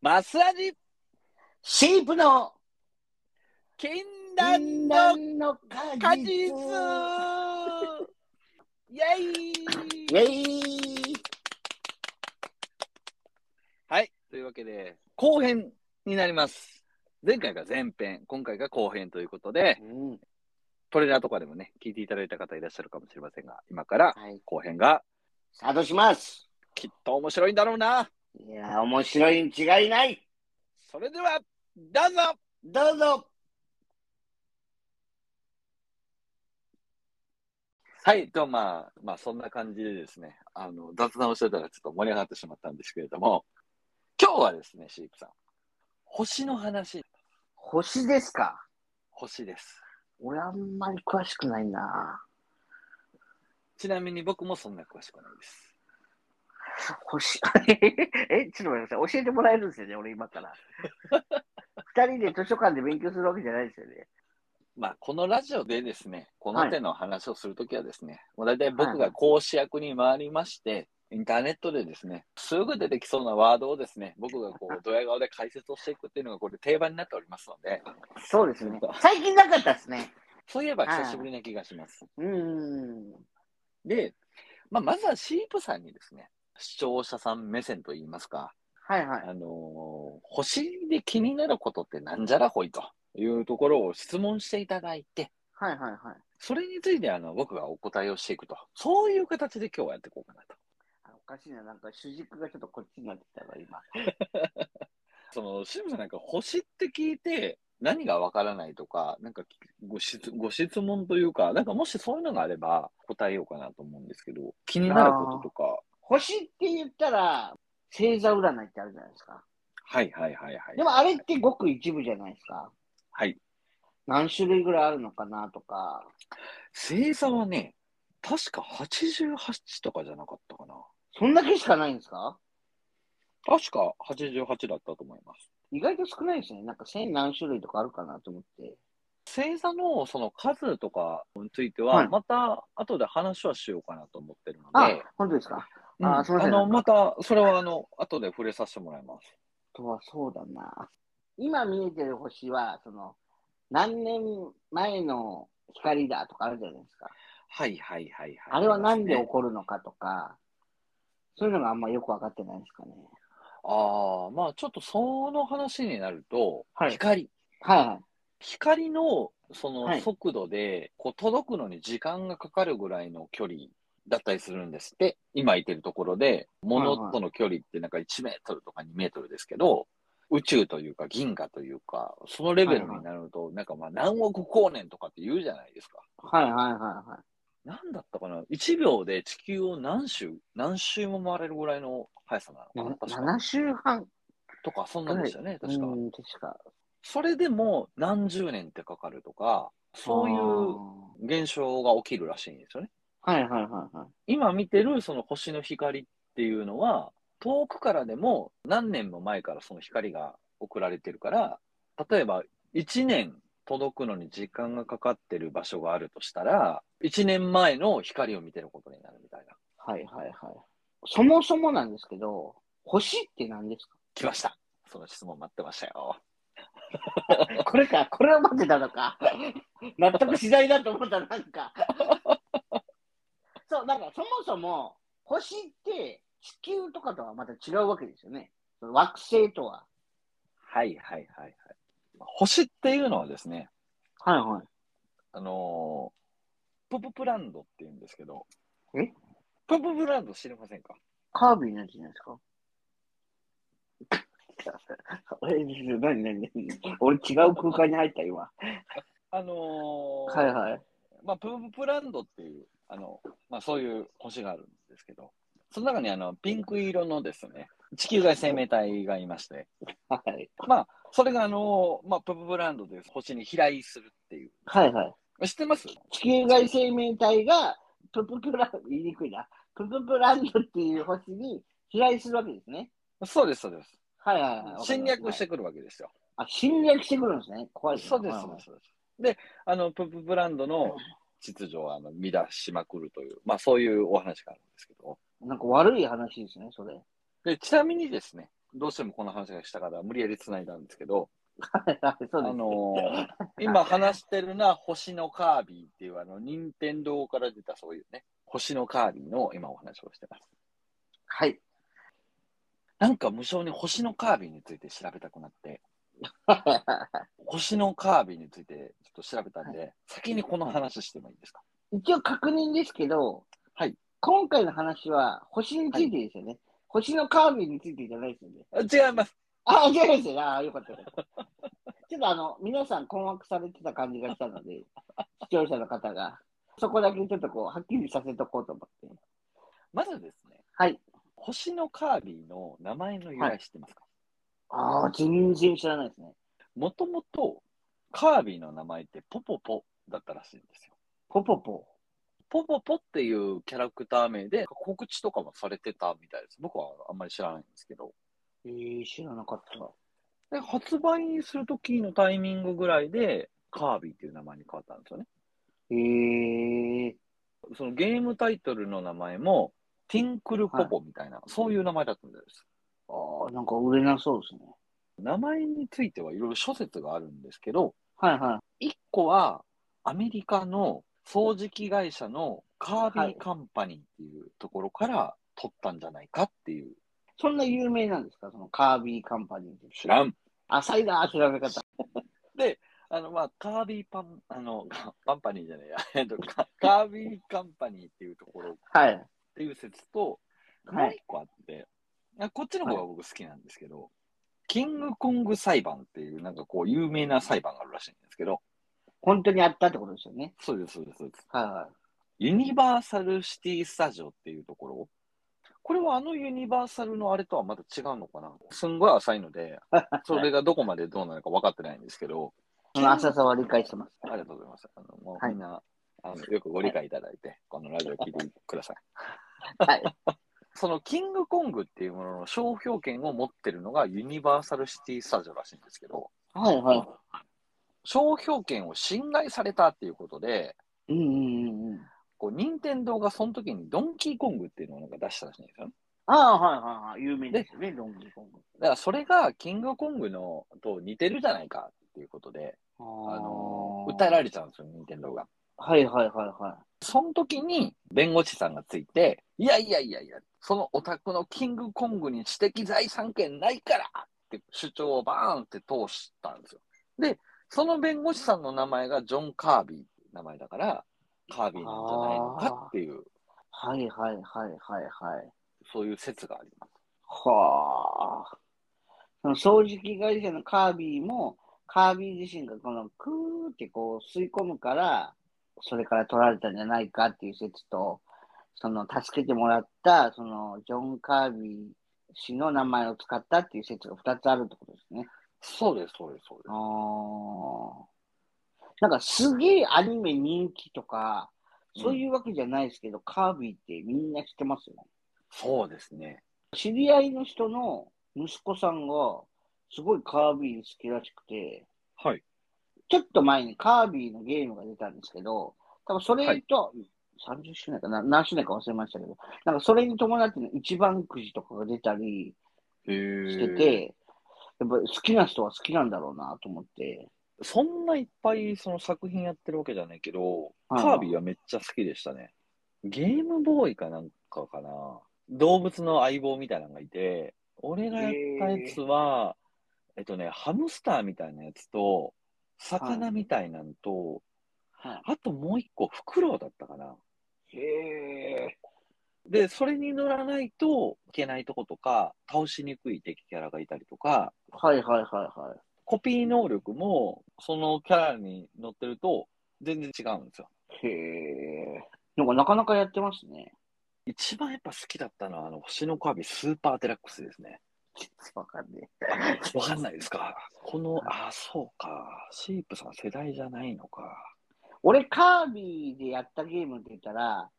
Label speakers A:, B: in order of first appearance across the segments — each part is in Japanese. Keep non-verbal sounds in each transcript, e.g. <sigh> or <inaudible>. A: マッサージ
B: シープの
A: 禁断
B: 禁
A: の
B: 断の
A: 果
B: 果
A: 実
B: 実
A: イェイ
B: イェイ
A: はい。というわけで、後編になります。前回が前編、今回が後編ということで、
B: うん
A: トレーラーとかでもね、聞いていただいた方いらっしゃるかもしれませんが、今から
B: はい、
A: 後編が
B: スタートします
A: きっと面白いんだろうな。
B: いやー、面白いに違いない
A: それでは、どうぞ
B: どうぞ
A: はい、とまあ、まあ、そんな感じでですね、あの、雑談をしてたらちょっと盛り上がってしまったんですけれども、今日はですね、シープさん、星の話、
B: 星ですか
A: 星です。
B: 俺あんまり詳しくないな
A: ちなみに僕もそんな詳しくないです。
B: 星 <laughs> え、ちょっと待ってください。教えてもらえるんですよね、俺今から。 <laughs> 二人で図書館で勉強するわけじゃないですよね。
A: まあ、このラジオでですね、この手の話をするときはですね、もう大体
B: は
A: 僕
B: いは
A: が
B: い
A: 講師役に回りまして、インターネットでですね、すぐ出てきそうなワードをですね、僕がこう、ドヤ顔で解説をしていくっていうのがこれ定番になっておりますので、
B: そうですね。最近なかったですね。
A: そういえば久しぶりな気がします。
B: うーん。
A: で、まあ、まずはシープさんにですね、視聴者さん目線といいますか、
B: はいはい。
A: あのー星で気になることってなんじゃらほいというところを質問していただいて、
B: はいはいはい。
A: それについてあの僕がお答えをしていくと、そういう形で今日はやっていこうかなと。
B: あおかしいな、なんか主軸がちょっとこっちになってきたわ、今。
A: その、シープさんなんか星って聞いて、何がわからないとか、なんかご質ご質問というか、なんかもしそういうのがあれば答えようかなと思うんですけど、気になることとか、
B: 星って言ったら、星座占いってあるじゃないですか。
A: はいはいはいはい。
B: でもあれってごく一部じゃないですか。
A: はい。
B: 何種類ぐらいあるのかなとか。
A: 星座はね、確か88とかじゃなかったかな。
B: そんだけしかないんですか
A: 確か88だったと思います。
B: 意外と少ないですね。なんか千何種類とかあるかなと思って。
A: 星座のその数とかについては、
B: はい
A: また後で話はしようかなと思ってるの
B: あ
A: で、、
B: 本当ですか
A: うん
B: あすいません
A: の、また、それはあの、後で触れさせてもらいます。
B: とはそうだな。今見えてる星は、その、何年前の光だとかあるじゃないですか。
A: はいはいはいはい。
B: あれはなんで
A: あります
B: 起
A: ね
B: こるのかとか、そういうのがあんまよく分かってないですかね。
A: ああ、まあちょっとその話になると、
B: はい
A: 光。
B: はいはい。
A: 光のそ
B: は
A: の
B: い
A: 速度で、こう届くのに時間がかかるぐらいの距離だったりするんですって、今いてるところで、物との距離ってなんか1メートルとか2メートルですけど、宇宙というか銀河というか、そのレベルになると、なんかまあ何億光年とかって言うじゃないですか。
B: はいはいはいはい。
A: なんだったかな ?1 秒で地球を何周、何周も回れるぐらいの速さなのかな確か
B: 7週半
A: とか、そんなんでしたよね、確か。
B: うん、確か。
A: それでも何十年ってかかるとか、そういう現象が起きるらしいんですよね。
B: あー。はいはいはいはい。
A: 今見てるその星の光っていうのは、遠くからでも何年も前からその光が送られてるから、例えば1年届くのに時間がかかってる場所があるとしたら、1年前の光を見てることになるみたいな。
B: はいはいはい。そもそもなんですけど、星って何です
A: 来ました。その質問待ってましたよ。
B: か <laughs> これか、これを待ってたのか。 <laughs> 納得しないなと思った、なんか。 <laughs> そう、なんかそもそも、星って地球とかとはまた違うわけですよね。その惑星とは。
A: はいはいはいはい。星っていうのはですね、
B: はいはい。
A: あのー、プププランドって言うんですけど。
B: え
A: プププランド知りませんか
B: カービィのやつじゃないです <laughs> か俺、何何何俺違う空間に入った今。は
A: あのー
B: いはい。
A: まあ、プププランドっていう、あの、まあそういう星があるんですけど、その中にあの、ピンク色のですね、地球外生命体がいまして、
B: はい。
A: まあ、それがあのーまあ、プププランドという星に飛来するっていう。
B: はいはい。
A: 知ってます
B: 地球外生命体が、プププランド、言いにくいな。プププランドっていう星に飛来するわけですね。
A: そうです、そうです。
B: はいはいはい。。
A: 侵略しててくるわけですよ。
B: あ、侵略してくるんですね。怖いね
A: そうです、
B: はい
A: そう
B: はい
A: です。そうですで、あの、ププブランドの秩序をあの乱しまくるという、まあそういうお話があるんですけど。
B: なんか悪い話ですね、それ。
A: で、ちなみにですね、どうしてもこの話がしたから無理やり繋いだんですけど、
B: はいはい、そ
A: あ
B: うで
A: <laughs>
B: す。
A: のー今話してるのは星のカービィっていうあの、任天堂から出たそういうね、星のカービィの今お話をしてます。
B: はい。 <laughs>
A: なんか無性に星のカービィについて調べたくなって、星のカービィについてちょっと調べたんで、先にこの話してもいいですか
B: 一応確認ですけど、
A: はい
B: 今回の話は星についてですよね。星のカービィについてじゃないですよね。
A: 違います。
B: <laughs> あ、違いますよね。あーよかったよかった。ちょっとあの、皆さん困惑されてた感じがしたの
A: <laughs>
B: で、視聴者の方が。そこだけちょっとこう、はっきりさせとこうと思って。
A: まずですね、
B: はい。
A: 星のカービィの名前の由来知ってますか
B: ああ、全然知らないですね。
A: もともとカービィの名前ってポポポだったらしいんですよ。
B: ポポポ。
A: ポポポっていうキャラクター名で告知とかもされてたみたいです。僕はあんまり知らないんですけど。
B: えー、知らなかった。
A: で発売する時のタイミングぐらいでカービィっていう名前に変わったんですよね。
B: えー、
A: そのゲームタイトルの名前もティンクルポポみたいな、そういう名前だったみたいです。
B: ああ、なんか売れなそうですね。
A: 名前についてはいろいろ諸説があるんですけど、
B: はいはい。
A: 1個はアメリカの掃除機会社のカービ
B: は
A: ィ
B: い
A: カンパニーっていうところから取ったんじゃないかっていう。
B: そんな有名なんですかそのカービィカンパニーって。
A: 知らん。
B: 浅いな、調べ方。
A: あの、まあ、カービィパン、あの、 <laughs> カンパニーじゃないや、 <laughs> えっとカカービィカンパニーっていうところっ
B: はい。
A: ていう説と、も
B: はいう
A: 一個あって、あこっちの方が僕好きなんですけど、キングコング裁判っていう、なんかこう、有名な裁判があるらしいんですけど、
B: 本当にあったってことですよね。
A: そうです、そうです、そうです。
B: はいはい。
A: ユニバーサルシティスタジオっていうところ。これはあのユニバーサルのあれとはまた違うのかなすんごい浅いの
B: <laughs>
A: で、それがどこまでどうなのか分かってないんですけど、
B: その浅さは理解してます。
A: ありがとうございます。あのもう
B: はい
A: みんな、あのよくご理解いただいて、このラジオ聞いてください。
B: <laughs> はい。
A: <laughs> そのキングコングっていうものの商標権を持ってるのがユニバーサルシティスタジオらしいんですけど、
B: はいは
A: 商標権を侵害されたっていうことで、
B: い。うんうんうんうん。
A: こう、任天堂がその時にドンキーコングっていうのをなんか出したらしいんですよね。
B: ああ、はいはいはい。有名ですよね、ロングコング。
A: だからそれがキングコングのと似てるじゃないかっていうことで、
B: あ
A: あの
B: ー
A: 訴えられちゃうんですよ、任天堂が。
B: はいはいはいは
A: その時に弁護士さんがついて、いやいやいやいや、そのお宅のキングコングに知的財産権ないからって主張をバーンって通したんですよ。で、その弁護士さんの名前がジョン・カービーって名前だから、カービーなんじゃないのかっていう、
B: い。はいはいはいはいはい。
A: そういう説があります。
B: はあ。その掃除機会社のカービィも、カービィ自身がこのクーってこう吸い込むから、それから取られたんじゃないかっていう説と、その助けてもらった、そのジョン・カービィ氏の名前を使ったっていう説が2つあるってことですね。
A: そうです、そうです、そうです
B: あ。ーなんかすげえアニメ人気とか、そういうわけじゃないですけど、カービィってみんな知ってますよね。
A: そうですね。
B: 知り合いの人の息子さんが、すごいカービィ好きらしくて、
A: はい。
B: ちょっと前にカービィのゲームが出たんですけど、多分それと、30周年かな、何周年か忘れましたけど、なんかそれに伴っての一番くじとかが出たり
A: へー
B: してて、やっぱり好きな人は好きなんだろうなと思って、
A: そんないっぱいその作品やってるわけじゃないけど、
B: はい
A: カービィはめっちゃ好きでしたね。ゲームボーイかなんかかな。動物の相棒みたいなのがいて、俺がやったやつは、えっとね、ハムスターみたいなやつと、魚みたいなのと、
B: はい
A: あともう一個、フクロウだったかな。
B: へえ。
A: で、それに乗らないといけないとことか、倒しにくい敵キャラがいたりとか、
B: はいはいはいはい。
A: コピー能力も、そのキャラに乗ってると、全然違うんですよ。
B: へえ。なんかなかなかやってますね。
A: 一番やっぱ好きだったのは、あの、星のカービィスーパーデラックスですね。
B: わかんね
A: わかんないですかこの、あ、そうか。シープさん世代じゃないのか。
B: え。俺、カービィでやったゲームって言ったら、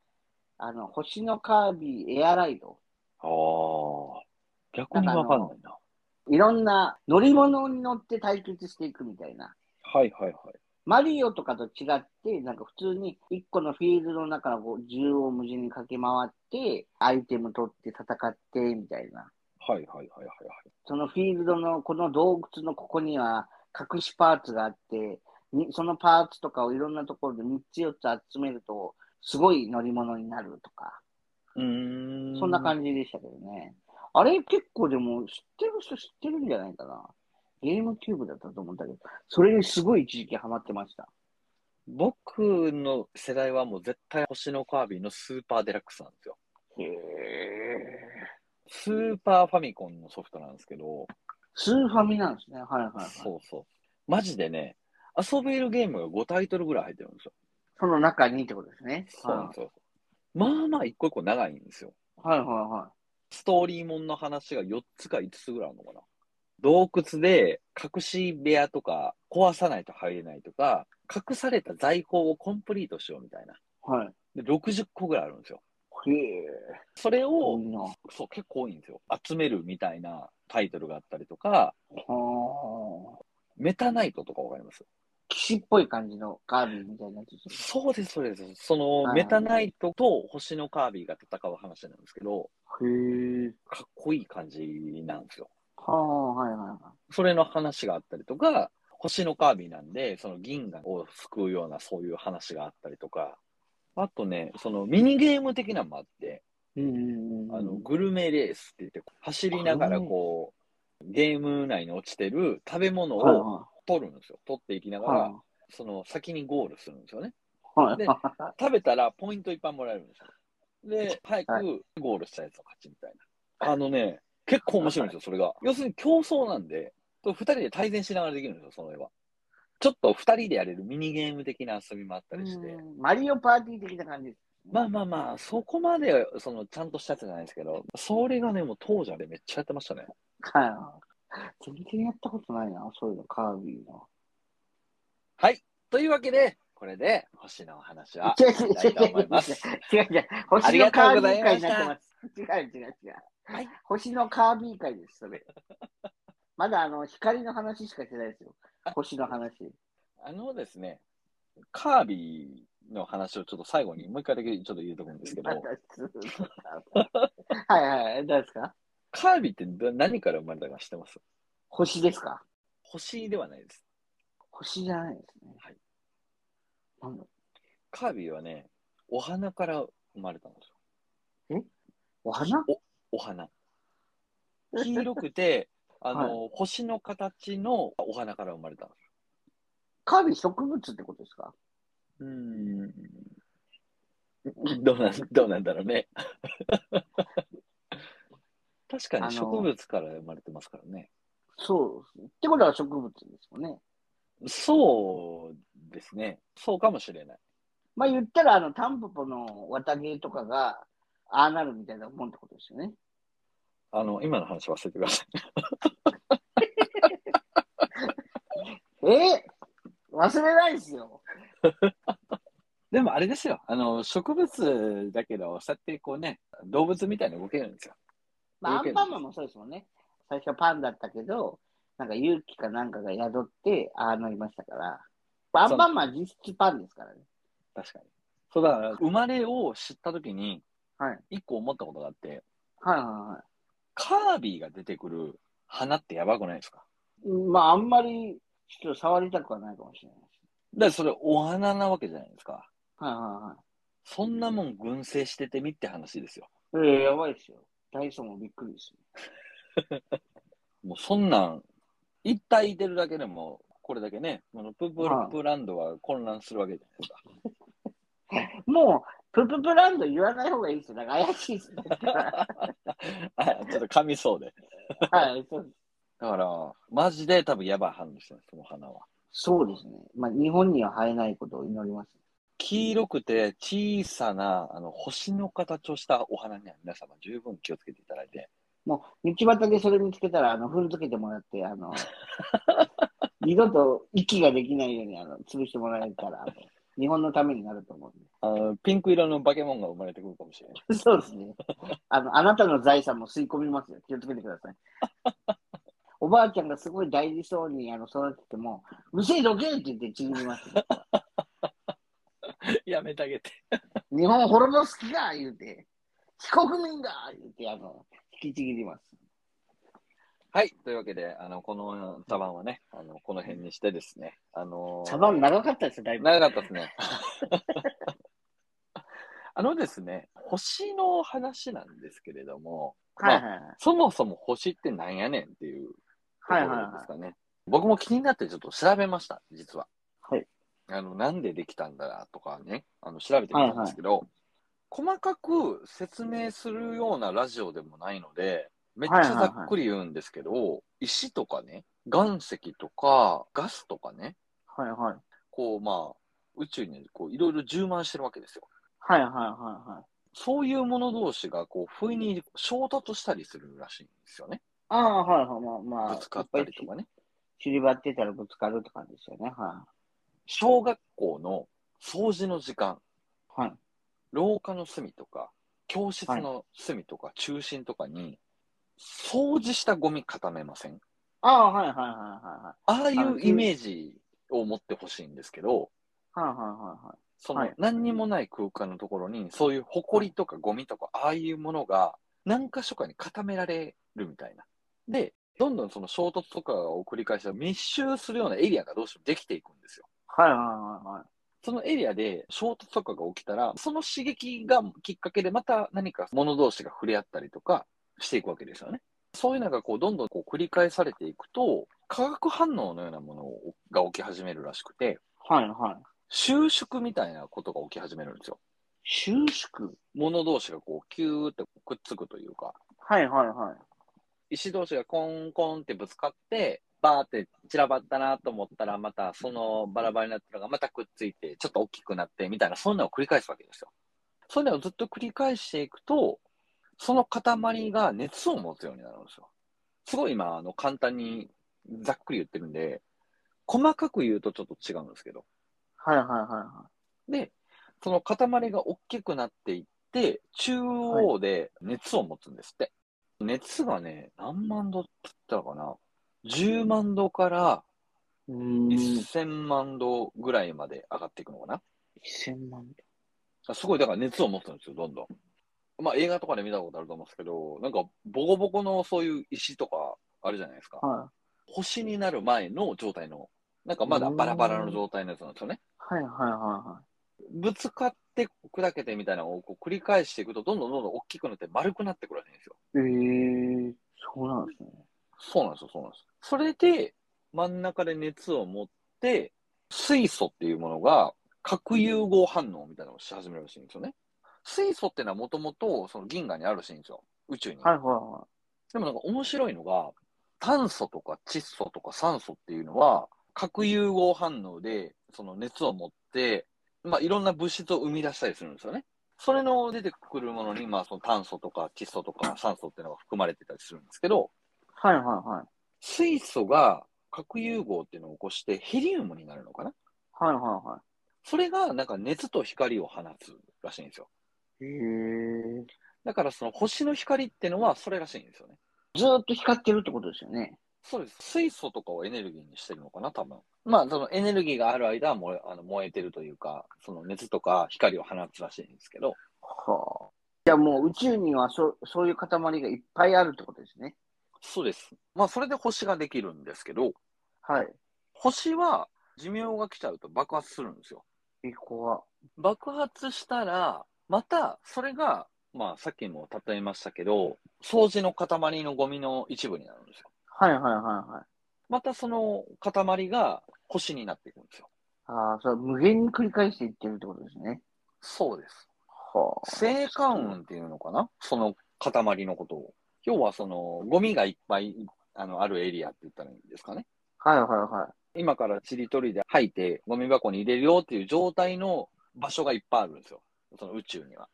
B: あの、星のカービィエアライド。
A: ああ。逆にわかんないな。
B: いろんな乗り物に乗って対決していくみたいな。
A: はいはいはい。
B: マリオとかと違って、なんか普通に一個のフィールドの中のこう縦横無尽に駆け回って、アイテム取って戦ってみたいな。
A: はいはいはいはいはい。
B: そのフィールドのこの洞窟のここには隠しパーツがあって、にそのパーツとかをいろんなところで3つ4つ集めると、すごい乗り物になるとか、
A: うーん
B: そんな感じでしたけどね。あれ結構でも知ってる人知ってるんじゃないかな。ゲームキューブだったと思うんだけど、それにすごい一時期ハマってました。
A: 僕の世代はもう絶対星のカービィのスーパーデラックスなんですよ。
B: へえ。
A: スーパーファミコンのソフトなんですけど、
B: スーファミなんですね。はいはい、はい。
A: そうそう。マジでね、遊べるゲームが5タイトルぐらい入ってるんですよ。
B: その中にってことですね。
A: そうなんですよ。まあまあ一個一個長いんですよ。
B: はいはいは
A: ストーリーもんの話が4つか5つぐらいあるのかな。洞窟で隠し部屋とか壊さないと入れないとか、隠された財宝をコンプリートしようみたいな。
B: い。はい。
A: で60個ぐらいあるんですよ。
B: へえ。
A: それを、
B: いいな。は
A: そう、結構多いんですよ。集めるみたいなタイトルがあったりとか、
B: あ。
A: メタナイトとかわかります
B: 騎士っぽい感じのカービィみたいなやつですね。
A: そうです、そうです。その、
B: はい
A: メタナイトと星のカービィが戦う話なんですけど、
B: へえ。
A: かっこいい感じなんですよ。
B: はあ、はいはいはい。
A: それの話があったりとか、星のカービィなんで、その銀河を救うようなそういう話があったりとか、あとね、そのミニゲーム的なのもあって、
B: うんうんうん。
A: あの、グルメレースって言って、走りながらこう、ゲーム内に落ちてる食べ物
B: はい
A: を取るんですよ。取っていきながら、
B: は
A: その先にゴールするんですよね。
B: い。はい。
A: で
B: は
A: 食べたらポイントいっぱいもらえるんですよ。で、早
B: は
A: くゴールしたやつを勝ちみたいな。あのね、結構面白いんですよ、それが。要するに競争なんで、と二人で対戦しながらできるんですよ、その絵は。ちょっと二人でやれるミニゲーム的な遊びもあったりして。
B: うんマリオパーティー的な感じです。
A: まあまあまあ、そこまで、その、ちゃんとしたやつじゃないですけど、それがね、もう当時はね、めっちゃやってましたね。
B: はい。全然やったことないな、そういうの、カービィの。
A: というわけで、これで、星のお話は、
B: 違う違う
A: したいと思い
B: <laughs>
A: ます
B: 違う違う違う違う。
A: あ
B: 星
A: り
B: の
A: が
B: カ
A: とうご
B: ービ
A: ざ
B: ィ
A: いま
B: 会
A: し
B: に
A: た
B: なってます。違う違う違う。
A: はい
B: 星のカービィ会です、それ。まだあの、光の話しかしてないですよ。星の話。
A: あのですね、カービィの話をちょっと最後に、もう一回だけちょっと言うとくんですけど
B: <laughs> ま、だずーっと <laughs> はいはい、何ですか
A: カービィってど何から生まれたか知ってます
B: 星ですか
A: 星ではないです。
B: 星じゃないですね。
A: はい
B: なんだ
A: カービィはね、お花から生まれたんですよ。
B: お花
A: お花。黄色くて、 <laughs> あの、星の形のお花から生まれたんで
B: カービィ植物ってことですか
A: すよ。うん。どうなん、どうなんだろう <laughs> ね。確か
B: あの
A: に植物から生まれてますからね。
B: そうですね。ってことは植物ですよね。
A: そうですね。そうかもしれない。
B: まあ言ったら、あの、タンポポの綿毛とかが、ああなるみたいなもんってことですよね。
A: あの、今の話忘れてください。
B: えー忘れないですよ。
A: でもあれですよ。あの、植物だけど、そうやってこうね、動物みたいに動けるんですよ。
B: まあ、ア
A: 動け
B: ン
A: るんです
B: パンマンもそうですもんね。最初はパンだったけど、なんか勇気かなんかが宿って、ああなりましたから。アンパンマンは実質パンですからね。
A: 確かに。そうだから、生まれを知った時に、
B: はい。
A: 一個思ったことがあって、
B: はいはいは
A: カービィが出てくる花ってやばくないですか
B: い。まあ、あんまり、ちょっと触りたくはないかもしれないです。
A: だからそれお花なわけじゃないですか。
B: はいは
A: そんなもん群生しててみって話ですよ。
B: いはい。ええやばいですよ。ダイソンもびっくりですよ。
A: もうそんなん、一体いてるだけでも、これだけね、このプープ
B: はい
A: ープランドは混乱するわけじゃないですか。
B: もう、プププランド言わない方がいいですよ。なんか怪しいですね。
A: <laughs> あちょっと噛みそうで。
B: はい、そうです。
A: だから、マジで多分やばい反応してるその花は。
B: そうですね。まあ、日本には生えないことを祈ります。
A: 黄色くて小さなあの星の形をしたお花には皆様十分気をつけていただいて、
B: もう、道端でそれ見つけたら、あの、踏んづけてもらって、あ <laughs> の、二度と息ができないように、あの、潰してもらえたら、あの日本のためになると思うん
A: あのピンク色の化け物が生まれてくるかもしれない。
B: で。 <laughs> そうですね。あの、あなたの財産も吸い込みますよ。気をつけてください。 <laughs> おばあちゃんがすごい大事そうにあの育てても、うるせえどけって言って縮みますよ。
A: <laughs> やめてあげて。
B: 日本滅ぼす気が言うて、非国民が言うて、あの、引きちぎります。
A: はい。というわけで、あの、この茶番はね、あの、この辺にしてですね、あのー
B: サバン長かったですよ、だいぶ。
A: 長かったですね。 <laughs> あのですね、星の話なんですけれども、
B: はいはいはい。
A: そもそも星ってなんやねんっていうとこ
B: はいはい
A: ろで
B: は
A: すかね。僕も気になってちょっと調べました、実は。
B: はい。
A: あの、なんでできたんだとかね、あの調べてみたんですけど、細かく説明するようなラジオでもないので、めっちゃざっくり言うんですけど、石とかね、岩石とかガスとかね、
B: い。はいはい。
A: こうまあ、宇宙にこういろいろ充満してるわけですよ。
B: はいはいはいはい。
A: そういうもの同士がこう、不意に衝突したりするらしいんですよね。
B: ああ、はいはい。まあまあ、
A: ぶつかったりと
B: やっぱ
A: かね。
B: り散りばってたらぶつかるって感じですよね。は
A: 小学校の掃除の時間、
B: い。はい。
A: 廊下の隅とか、教室の隅とか、中心とかに、掃除したゴミ固めません
B: ああ、はいはいはいはいはい。
A: ああい
B: あの
A: うイメージを持ってほしいんですけど、
B: はいはいはいはい。
A: その
B: はい
A: 何にもない空間のところに、そういう埃とかゴミとか、ああいうものが何箇所かに固められるみたいな。で、どんどんその衝突とかを繰り返して密集するようなエリアがどうしてもできていくんですよ。
B: はいはいはいはい。
A: そのエリアで衝突とかが起きたら、その刺激がきっかけでまた何か物同士が触れ合ったりとかしていくわけですよね。そういうのがこうどんどんこう繰り返されていくと、化学反応のようなものをが起き始めるらしくて、
B: はいはい。
A: 収縮みたいなことが起き始めるんですよ。
B: 収縮
A: 物同士がこうキューってくっつくというか、
B: はいはいはい。
A: 石同士がコンコンってぶつかって、バーって散らばったなと思ったら、またそのバラバラになったのがまたくっついて、ちょっと大きくなってみたいな、そんなのを繰り返すわけですよ。そんなのをずっと繰り返していくと、その塊が熱を持つようになるんですよ。すごい今、あの簡単にざっくり言ってるんで、細かく言うとちょっと違うんですけど。
B: はいはいはいは
A: で、その塊が大きくなっていって、中央で熱を持つんですって。熱がね、何万度って言ったかな ?10 万度から
B: い。うーん。
A: 1000万度ぐらいまで上がっていくのかな、
B: 1000万。
A: すごい、だから熱を持つんですよ、どんどん。まあ映画とかで見たことあると思うんですけど、なんかボコボコのそういう石とかあるじゃないですか。
B: は
A: 星になる前の状態の、なんかまだバラバラの状態のやつなんですよね。
B: い。はいはいは
A: ぶつかって砕けてみたいなのをこう繰り返していくと、どんどんどんどん大きくなって丸くなってくるわけですよ。
B: いはい。ええー、そうなんですね。
A: そうなんですよ、そうなんです。それで、真ん中で熱を持って、水素っていうものが核融合反応みたいなのをし始めるらしいんですよね。水素っていうのはもともとその銀河にあるらしいんですよ。宇宙に。
B: はいはいは
A: でもなんか面白いのが、炭素とか窒素とか酸素っていうのは、核融合反応でその熱を持って、まあ、いろんな物質を生み出したりするんですよね。それの出てくるものに、まあ、その炭素とか窒素とか酸素っていうのが含まれてたりするんですけど、
B: い。はいはいはい。
A: 水素が核融合っていうのを起こしてヘリウムになるのかな
B: はいはいは
A: それがなんか熱と光を放つらしいんですよ。
B: い。ええ
A: だからその星の光っていうのはそれらしいんですよね。
B: ずーっと光ってるってことですよね。
A: そうです。水素とかをエネルギーにしてるのかな、多分。まあ、そのエネルギーがある間は燃えあの燃えてるというか、その熱とか光を放つらしいんですけど、
B: はあ。じゃあもう宇宙にはそそういう塊がいっぱいあるってことですね。
A: そうです。まあ、それで星ができるんですけど、
B: はい。
A: 星は寿命が来ちゃうと爆発するんですよ。
B: え、怖っ
A: 爆発したら、またそれが、まあ、さっきも例えましたけど、掃除の塊のゴミの一部になるんですよ。
B: はいはいはいはい。
A: またその塊が星になっていくんですよ。
B: ああ、それ無限に繰り返していってるってことですね。
A: そうです。
B: はあ。
A: 生還運っていうのかなその塊のことを。要はその、ゴミがいっぱいあのあるエリアって言ったらいいんですかね。
B: はいはいはい。
A: 今からちりとりで吐いて、ゴミ箱に入れるよっていう状態の場所がいっぱいあるんですよ。その宇宙には。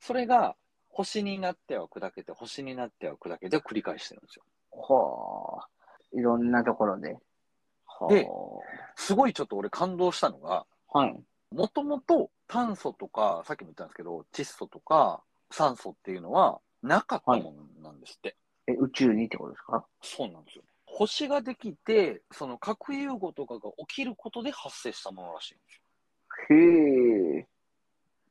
A: それが、星になっては砕けて、星になっては砕けてを繰り返してるんですよ。
B: はあ。いろんなところで。はあ。
A: ですごいちょっと俺感動したのが、
B: はい。
A: もともと炭素とか、さっきも言ったんですけど、窒素とか酸素っていうのはなかったものなんですって。
B: え、宇宙にってことですか
A: そうなんですよ。星ができて、その核融合とかが起きることで発生したものらしいんですよ。
B: へえ。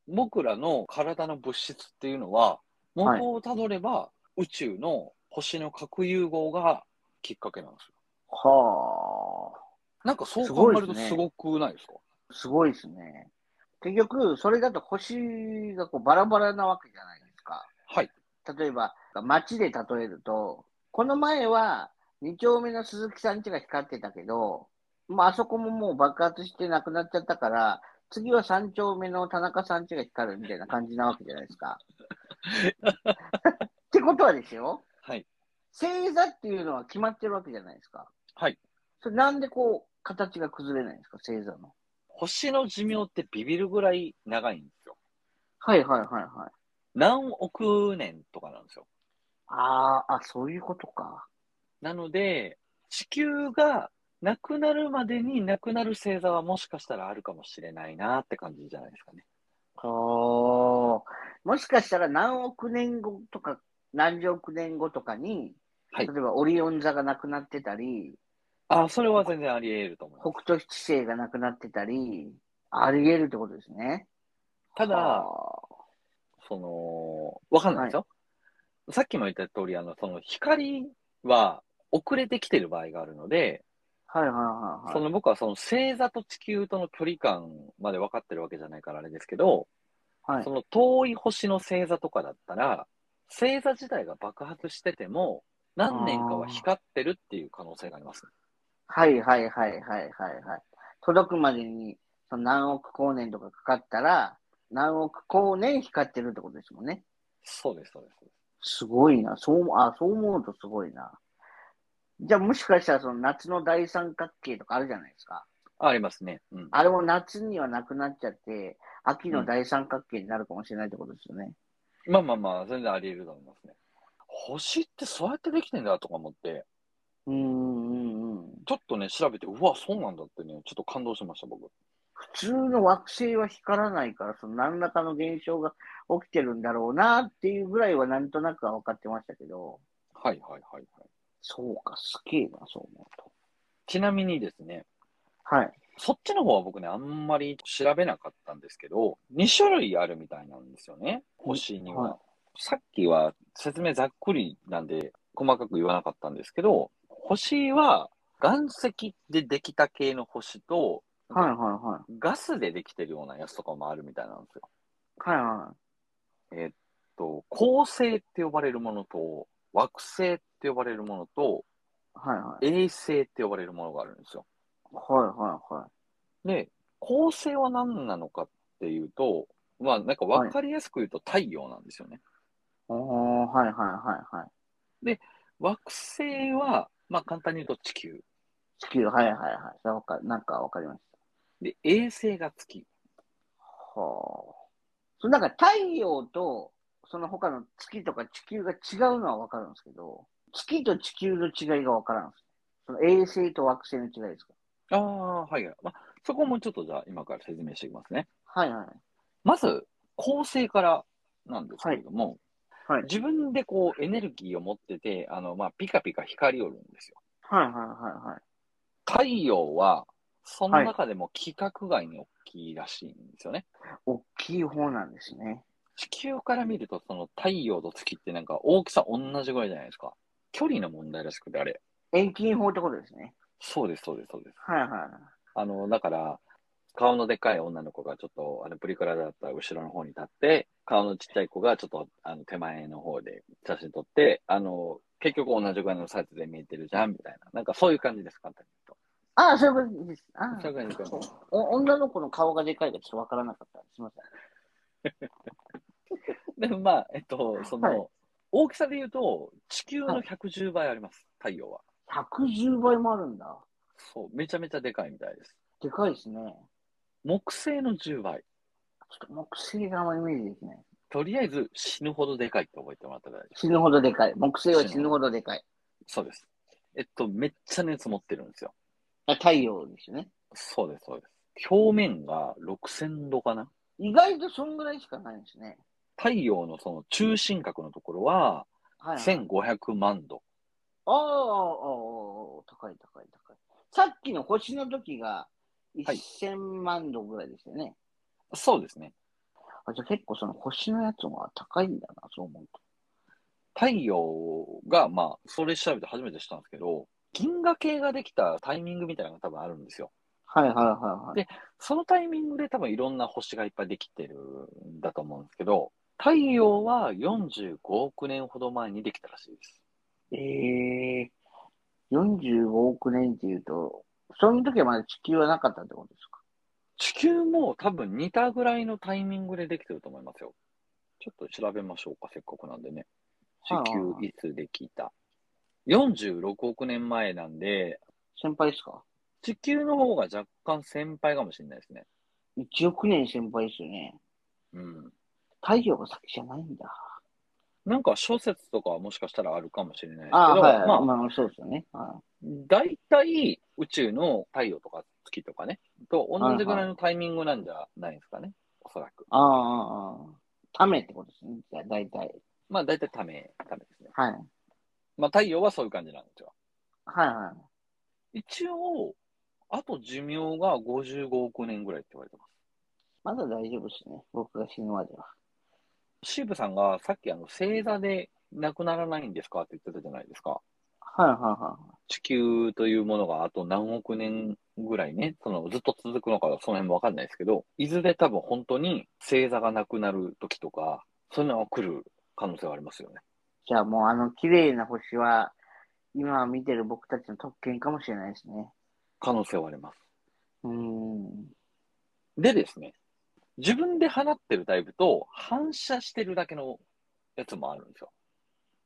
A: 僕らの体の物質っていうのは、元をたどれば、宇宙の星の核融合がきっかけなんですよ。
B: はあ。
A: なんかそう
B: すご
A: 考
B: い
A: える
B: です
A: と
B: ね
A: すごくないですか
B: すごいですね。結局、それだと星がこうバラバラなわけじゃないですか。
A: はい。
B: 例えば、街で例えると、この前は2丁目の鈴木さん家が光ってたけど、まあ、あそこももう爆発してなくなっちゃったから、次は3丁目の田中さん家が光るみたいな感じなわけじゃないで
A: <laughs>
B: すか。ってことはですよ、
A: はい。
B: 星座っていうのは決まってるわけじゃないですか。
A: はい。
B: それなんでこう、形が崩れないんですか、星座の。
A: 星の寿命ってビビるぐらい長いんですよ。
B: はいはいはいはい。
A: 何億年とかなんですよ。
B: あーあ、そういうことか。
A: なので、地球がなくなるまでになくなる星座はもしかしたらあるかもしれないなって感じじゃないですかね。
B: おーもしかしたら何億年後とか、何十億年後とかに、
A: はい
B: 例えばオリオン座がなくなってたり、
A: あ、それは全然あり得ると思います。
B: 北斗七星がなくなってたり、あり得るってことですね。
A: ただ、
B: は
A: その、わかんないですよ。さっきも言った通り、あの、その光は遅れてきてる場合があるので、
B: あはいはいはい
A: そ
B: はい。
A: の僕はその星座と地球との距離感まで分かってるわけじゃないからあれですけど、
B: はい
A: その遠い星の星座とかだったら、星座自体が爆発してても、何年かは光ってるっていう可能性があります。
B: はいはいはいはいはいはい。届くまでにその何億光年とかかかったら、何億光年光ってるってことですもんね。
A: そうです、そうです。
B: すごいな。そう、あ、そう思うとすごいな。じゃあもしかしたらその夏の大三角形とかあるじゃないですか。
A: あありますね。うん。
B: あれも夏にはなくなっちゃって、秋の大三角形になるかもしれないってことですよね。
A: まあまあまあ、全然あり得ると思いますね。星ってそうやってできてんだとか思って、
B: うーん、うん、うん。
A: ちょっとね、調べて、うわ、そうなんだってね、ちょっと感動しました、僕。
B: 普通の惑星は光らないから、その何らかの現象が起きてるんだろうなっていうぐらいはなんとなくは分かってましたけど、
A: はいはいはい、はい。
B: そうか、すげえな、そう思うと。
A: ちなみにですね、
B: はい。
A: そっちの方は僕ね、あんまり調べなかったんですけど、2種類あるみたいなんですよね、星には。
B: はい
A: さっきは説明ざっくりなんで、細かく言わなかったんですけど、星は岩石でできた系の星と、
B: はいはいはい。
A: ガスでできてるようなやつとかもあるみたいなんですよ。
B: はいは
A: えっと、恒星って呼ばれるものと、惑星って呼ばれるものと、
B: い。はいはい。
A: 衛星って呼ばれるものがあるんですよ。
B: はいはいはい。
A: で、恒星は何なのかっていうと、まあなんか分かりやすく言うと太陽なんですよね。
B: おー、はいはいはいはい。
A: 惑星は、まあ簡単に言うと地球。
B: 地球、はいはいはい。それはわかなんかわかりまし
A: で、衛星が月。
B: た。はあ。そのなんか太陽と、その他の月とか地球が違うのはわかるんですけど、月と地球の違いがわからんです。その衛星と惑星の違いですか
A: ああ、はいはい。まあそこもちょっとじゃあ今から説明していきますね。
B: はいはい。
A: まず、恒星からなんですけれども、
B: はい。
A: 自分でこうエネルギーを持ってて、あの、まあピカピカ光りおるんですよ。
B: はいはいはいはい。
A: 太陽は、その中でも規格外に大きいらしいんですよね。
B: 大きい方なんですね。
A: 地球から見ると、その太陽と月ってなんか大きさ同じぐらいじゃないですか。距離の問題らしくて、あれ。
B: 遠近法ってことですね。
A: そうです、そうです、そうです。
B: はいはい。
A: あの、だから、顔のでかい女の子がちょっと、あの、プリクラだったら後ろの方に立って、顔のちっちゃい子がちょっと、あの、手前の方で写真撮って、あの、結局同じぐらいのサイズで見えてるじゃん、みたいな。なんかそういう感じです、簡単に言う
B: ああ、そういうことです。あ
A: と。そういう感じです。
B: あ。お女の子の顔がでかいかちょっとわからなかった。すみません。
A: <laughs> でもまあ、えっと、その、
B: はい
A: 大きさで言うと、地球
B: は
A: の
B: い
A: 110倍あります、太陽は。
B: 110倍もあるんだ。
A: そう、めちゃめちゃでかいみたいです。
B: でかいですね。
A: 木星の10倍。
B: ちょっと木星があんまイメージできない。
A: とりあえず死ぬほどでかいって覚えてもらったら大丈夫。
B: 死ぬほどでかい。木星は死ぬほどでかい。
A: そうです。えっと、めっちゃ熱持ってるんですよ。
B: あ太陽ですよね。
A: そうです、そうです。表面が6000度かな。
B: 意外とそんぐらいしかないんですね。
A: 太陽のその中心核のところは
B: はい、はい。
A: 1500万度。
B: ああ、ああああ高い高い高い。さっきの星の時
A: は
B: が
A: い
B: 1000万度ぐらいですよね。
A: そうですね。
B: あじゃあ結構その星のやつも高いんだな、そう思うと。
A: 太陽が、まあ、それ調べて初めて知ったんですけど、銀河系ができたタイミングみたいなのが多分あるんですよ。
B: はいはいはいはい。
A: でそのタイミングで多分いろんな星がいっぱいできてるんだと思うんですけど、太陽は45億年ほど前にできたらしいです。
B: ええ45億年っていうと、その時はまだ地球はなかったってことですか
A: 地球も多分似たぐらいのタイミングでできてると思いますよ。ちょっと調べましょうか、せっかくなんでね。地
B: はいはいは
A: 球いつできた。46億年前なんで、
B: 先輩ですか
A: 地球の方が若干先輩かもしれないですね。
B: ?1 億年先輩ですよね。
A: うん。
B: 太陽が先じゃないんだ。
A: なんか諸説とかはもしかしたらあるかもしれないですけど、
B: ああ、はい、
A: まあ、
B: まあ、そうですよね。は
A: 大体宇宙の太陽とか月とかね、と同じぐらいのタイミングなんじゃないですかね、おそらく。
B: ああああ、ああためってことですね。じゃあ、大体。
A: まあ大体ため、ためですね。
B: はい。
A: まあ太陽はそういう感じなんですよ。
B: はいはい。
A: 一応、あと寿命が55億年ぐらいって言われてま
B: まだ大丈夫ですね。僕が死ぬまでは。
A: す。シーブさんがさっきあの星座でなくならないんですかって言ってたじゃないですか。
B: はいはいはい。
A: 地球というものがあと何億年ぐらいね、そのずっと続くのかその辺もわかんないですけど、いずれ多分本当に星座がなくなる時とか、そういうのが来る可能性はありますよね。
B: じゃあもうあの綺麗な星は、今見てる僕たちの特権かもしれないですね。
A: 可能性はあります。
B: うーん。
A: でですね、自分で放ってるタイプと反射してるだけのやつもあるんですよ。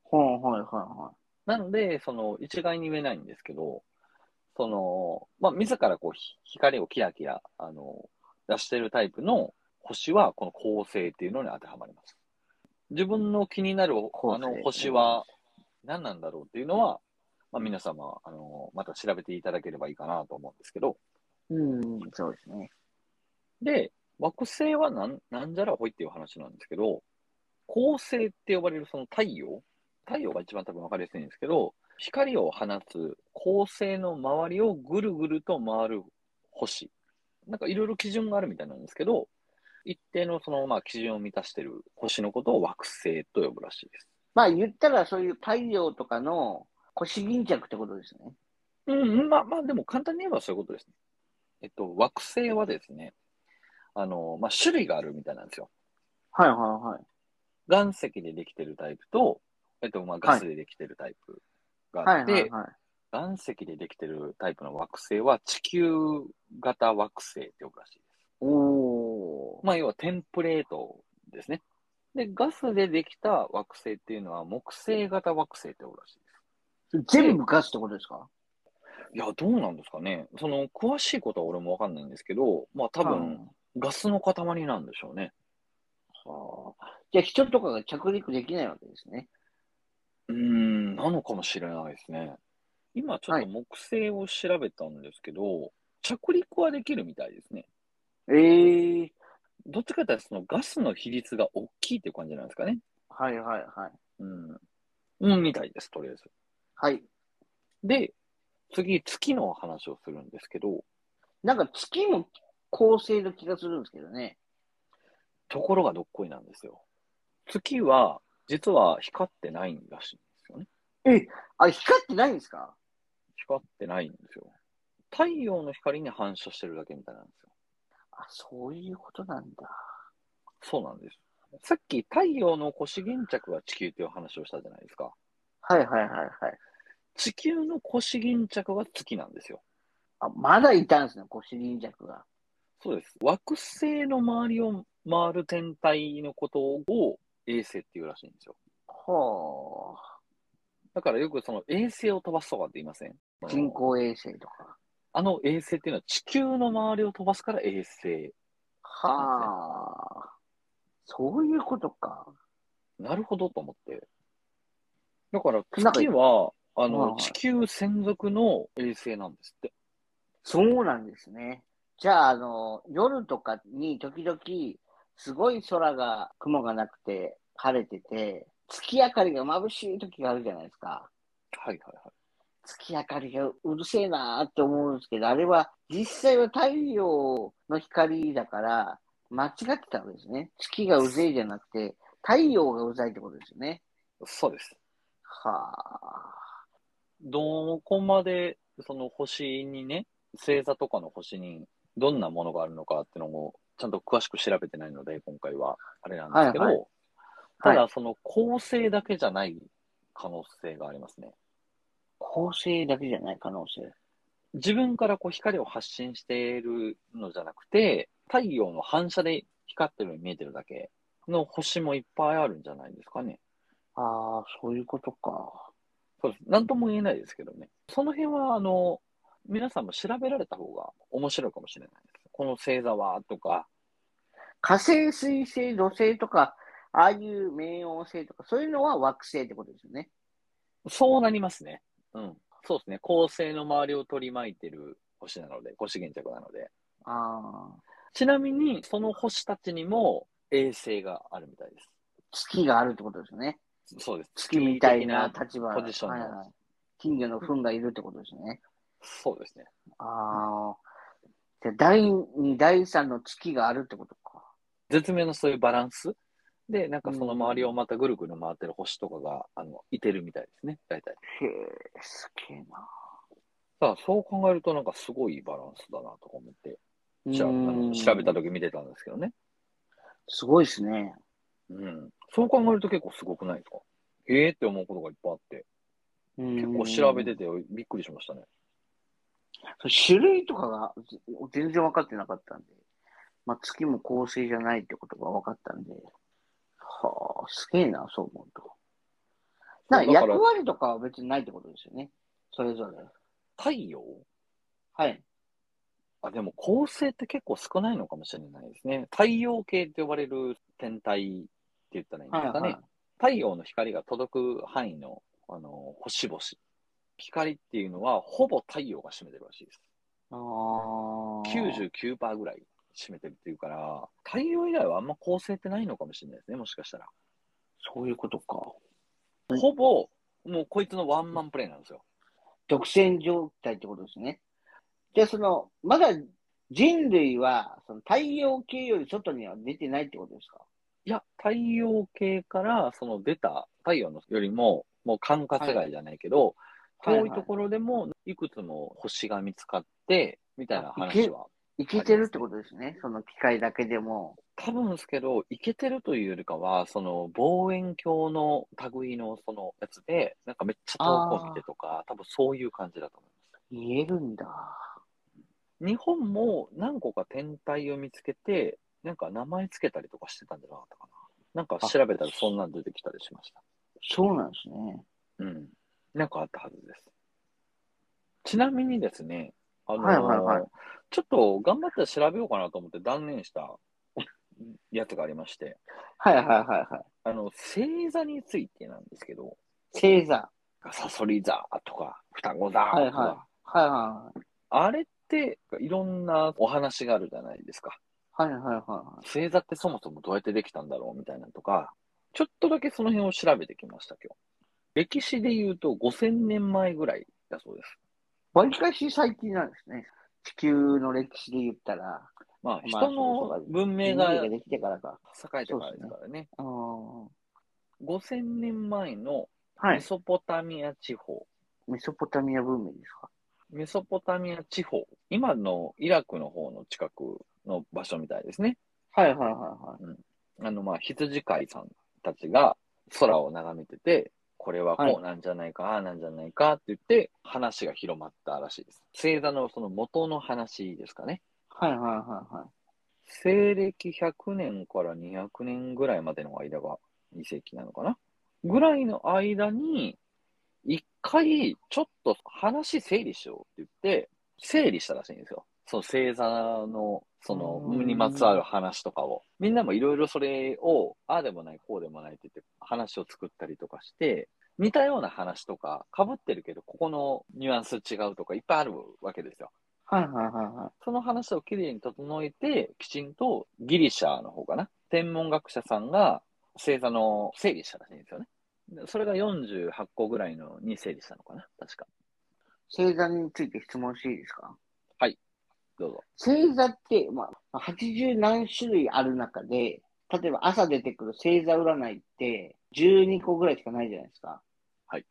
B: ほんほいほいほ
A: なので、その一概に言えないんですけど、その、まあ、自らこうひ光をキラキラ、あの、出してるタイプの星は、この恒星っていうのに当てはまります。自分の気になる
B: 恒
A: あ
B: 星
A: の星は何なんだろうっていうのは、まあ、皆様、あの、また調べていただければいいかなと思うんですけど、
B: い。うーん、そうですね。
A: で、惑星はなんなんじゃらほいっていう話なんですけど、恒星って呼ばれるその太陽、太陽が一番多分わかりやすいんですけど、光を放つ恒星の周りをぐるぐると回る星。なんかいろいろ基準があるみたいなんですけど、一定のそのまあ基準を満たしてる星のことを惑星と呼ぶらしいです。
B: まあ言ったらそういう太陽とかの腰巾着ってことですね。
A: うん、まあまあでも簡単に言えばそういうことですね。えっと、惑星はですね、あの、まあ種類があるみたいなんですよ。
B: はいはいはい。
A: 岩石でできてるタイプと、えっと、まあ、ガスでできてるタイプが
B: は
A: あ
B: い
A: って、
B: はいはい。
A: 岩石でできてるタイプの惑星は地球型惑星って呼ぶらしいで
B: お
A: す。まあ、要はテンプレートですね。で、ガスでできた惑星っていうのは木星型惑星って呼ぶらしいで
B: ー。全部ガスってことですか
A: す。いや、どうなんですかね。その、詳しいことは俺もわかんないんですけど、まあ、多分、。ガスの塊なんでしょうね。
B: はあじゃあ人とかが着陸できないわけですね。
A: うーん、なのかもしれないですね。今ちょっ
B: は
A: と
B: い
A: 木星を調べたんですけど、着陸はできるみたいですね。
B: ええ
A: どっちかというとそのガスの比率が大きいっていう感じなんですかね。
B: はいはいはい。
A: うん。うん、みたいです、とりあえず。
B: はい。
A: で、次、月の話をするんですけど、
B: なんか月も恒星の気がするんですけどね。
A: ところがどっこいなんですよ。月は、実は光ってないらしいんですよね。
B: あ、光ってないんですか
A: 光ってないんですよ。太陽の光に反射してるだけみたいなんですよ。
B: あ、そういうことなんだ。
A: そうなんです。さっき太陽の腰巾着が地球という話をしたじゃないですか。
B: はいはいはいはい。
A: 地球の腰巾着が月なんですよ。
B: あ、まだいたんですね、腰輪着が。
A: そうです。惑星の周りを回る天体のことを衛星っていうらしいんですよ。
B: ほ
A: だからよくその衛星を飛ばすとかって言いません
B: う。人工衛星とか。
A: あの衛星っていうのは地球の周りを飛ばすから衛星。
B: はあ。そういうことか。
A: なるほどと思って。だから
B: なんか
A: 月は、あ
B: はいは
A: の、
B: い
A: 地球専属の衛星なんですって。
B: そうなんですね。じゃあ、あの、夜とかに時々、すごい空が、雲がなくて、晴れてて、月明かりが眩しい時があるじゃないですか。
A: はいはいはい。
B: 月明かりがうるせえなーって思うんですけど、あれは実際は太陽の光だから、間違ってたわけですね。月がうぜえじゃなくて、太陽がうざいってことですよね。
A: そうです。
B: はあ。
A: どこまで、その星にね、星座とかの星にどんなものがあるのかっていうのも、ちゃんと詳しく調べてないので、今回はあれなんですけど、
B: はいはい
A: ただその構成だけじゃない可能性がありますね。
B: 構成だけじゃない可能性。
A: 自分からこう光を発信しているのじゃなくて、太陽の反射で光ってるように見えてるだけの星もいっぱいあるんじゃないですかね。
B: ああ、そういうことか。
A: そうです。なんとも言えないですけどね。その辺は、あの、皆さんも調べられた方が面白いかもしれないです。この星座はとか、
B: 火星、水星、土星とか、ああいう冥王星とか、そういうのは惑星ってことですよね。
A: そうなりますね。うん。そうですね。恒星の周りを取り巻いてる星なので、星原着なので。
B: ああ、
A: ちなみに、その星たちにも衛星があるみたいです。
B: 月があるってことですよね。
A: そうです。
B: 月みたいな
A: 月的
B: 立場。
A: ポジションの
B: はいはい、金魚の糞がいるってことですね。
A: そうですね。
B: ああ。で第2、第3の月があるってことか。
A: 絶妙なそういうバランスで、なんかその周りをまたぐるぐる回ってる星とかが、あの、いてるみたいですね。大体。
B: へえ、すげえな。
A: さあ、そう考えるとなんかすごいバランスだなとか思って、じゃああ
B: う
A: の
B: ん
A: 調べた時見てたんですけどね。
B: すごいですね。
A: うん。そう考えると結構すごくないですかええって思うことがいっぱいあって、
B: 結
A: 結構調べててびっくりしましたね。
B: 種類とかがぜ全然分かってなかったんで、まあ、月も恒星じゃないってことが分かったんで、はあ、すげえな、そう思うと。
A: そ
B: な
A: うん
B: か
A: だから
B: 役割とかは別にないってことですよね。それぞれ。
A: 太陽
B: はい。
A: あ、でも恒星って結構少ないのかもしれないですね。太陽系って呼ばれる天体って言ったらいいんで
B: は
A: す
B: い、
A: かね。
B: はい。
A: 太陽の光が届く範囲の、あの、星々。光っていうのはほぼ太陽が占めてるらしいです。
B: あー
A: 99%ぐらい占めてるっていうから、太陽以外はあんま構成ってないのかもしれないですね、もしかしたら。
B: そういうことか。
A: ほぼ、もうこいつのワンマンプレイなんですよ。
B: 独占状態ってことですね。で、その、まだ人類は、その太陽系より外には出てないってことですか
A: いや、太陽系から、その出た太陽のよりも、もう管轄外じゃないけど、
B: はい
A: 遠いところでもいくつも星が見つかって、みたいな話は。
B: 生きてるってことですね。その機械だけでも。
A: 多分ですけど、イケてるというよりかは、その望遠鏡の類のそのやつで、なんかめっちゃ遠くを見てとか、多分そういう感じだと思います。
B: 言えるんだ。
A: 日本も何個か天体を見つけて、なんか名前つけたりとかしてたんじゃなかったかな。なんか調べたらそんなん出てきたりしました。
B: そうなんですね。
A: うん。なんかあったはずです。ちなみにですね、あのー
B: はいはいはい
A: ちょっと頑張って調べようかなと思って断念したやつがありまして、
B: はいはいはいはい。
A: あの、星座についてなんですけど、
B: 星座。
A: サソリ座とか、双子座とか、
B: はいははいは
A: あれっていろんなお話があるじゃないですか。
B: いはい。はいはいは
A: 星座ってそもそもどうやってできたんだろうみたいなのとか、ちょっとだけその辺を調べてきました、今日。歴史で言うと5000年前ぐらいだそうです。
B: い。わりかし最近なんですね。地球の歴史で言ったら、
A: まあ、
B: まあ
A: 人の文明
B: 人
A: が
B: 類
A: 栄
B: ができてからか。
A: えてからですからね。
B: あー
A: 5000年前の
B: は
A: メ
B: い。
A: ソポタミア地方、
B: メソポタミア文明ですか。
A: メソポタミア地方、今のイラクの方の近くの場所みたいですね。
B: はいはいはいはい。
A: あの、まあ、羊飼いさんたちが空を眺めてて、これはこうなんじゃないか、ああなんじゃないかって言って、話が広まったらしいです。星座のその元の話ですかね。
B: はいはいはいはい。
A: 西暦100年から200年ぐらいまでの間が2世紀なのかなぐらいの間に、一回ちょっと話整理しようって言って、整理したらしいんですよ。その星座の、その、
B: うん
A: にまつわる話とかを。みんなもいろいろそれを、ああでもない、こうでもないって言って話を作ったりとかして、似たような話とか、被ってるけど、ここのニュアンス違うとかいっぱいあるわけですよ。
B: はいはいはいはい。
A: その話をきれいに整えて、きちんとギリシャの方かな。天文学者さんが星座の整理したらしいんですよね。でそれが48個ぐらいのに整理したのかな確か。
B: 星座について質問していいですか
A: どうぞ。
B: 星座って、まあ、80何種類ある中で、例えば朝出てくる星座占いって、 12個ぐらいしかないじゃないですか。
A: はい。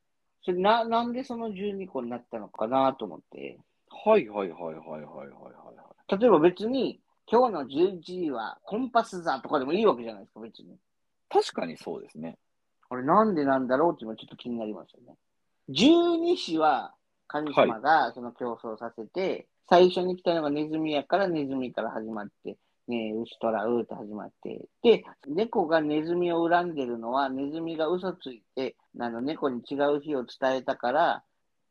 B: それな、なんでその12個になったのかなと思って、
A: はいはいはいはいはいはいはい。
B: 例えば別に、今日の11位はコンパス座とかでもいいわけじゃないですか、別に。
A: 確かにそうですね。
B: これなんでなんだろうっていうのはちょっと気になりますよね。十二子は神様がその競争させて、最初に来たのがネズミやからネズミから始まって、ねえ、牛とらうって始まって。で、猫がネズミを恨んでるのは、ネズミが嘘ついて、あの猫に違う日を伝えたから、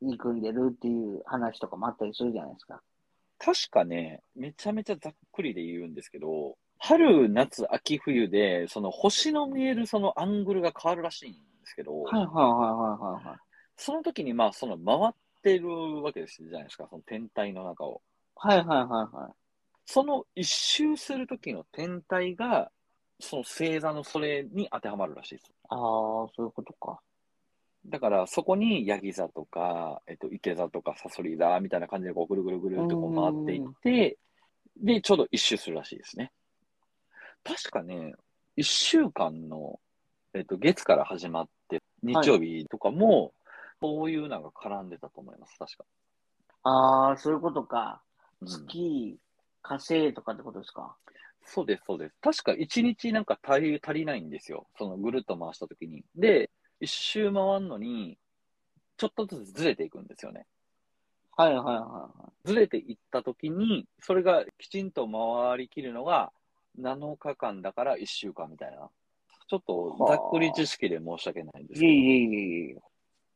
B: 憎んでるっていう話とかもあったりするじゃないですか。
A: 確かね、めちゃめちゃざっくりで言うんですけど、春、夏、秋、冬で、その星の見えるそのアングルが変わるらしいんですけど、
B: はいはいはいはいはい。
A: その時にまあその回ってるわけですじゃないですか、その天体の中を。
B: はいはいはいはい。
A: その一周する時の天体が、その星座のそれに当てはまるらしいです。
B: ああ、そういうことか。
A: だからそこにヤギ座とか、えっと、池座とかサソリ座みたいな感じでこうぐるぐるぐるってこう回っていって、で、ちょうど一周するらしいですね。確かね、一週間の、えっと、月から始まって、日曜日とかも、こういうのが絡んでたと思います、確か。
B: ああ、そういうことか。
A: うん
B: 月、火星とかってことですか。
A: そうです、そうです。確か一日なんか足り足りないんですよ。そのぐるっと回した時に。で、一周回るのに、ちょっとずつずれていくんですよね。
B: はいはいはいはい。
A: ずれていったときに、それがきちんと回りきるのが7日間だから1週間みたいな。ちょっとざっくり知識で申し訳ないんです
B: い
A: け
B: え
A: ど、
B: いえいえいえ。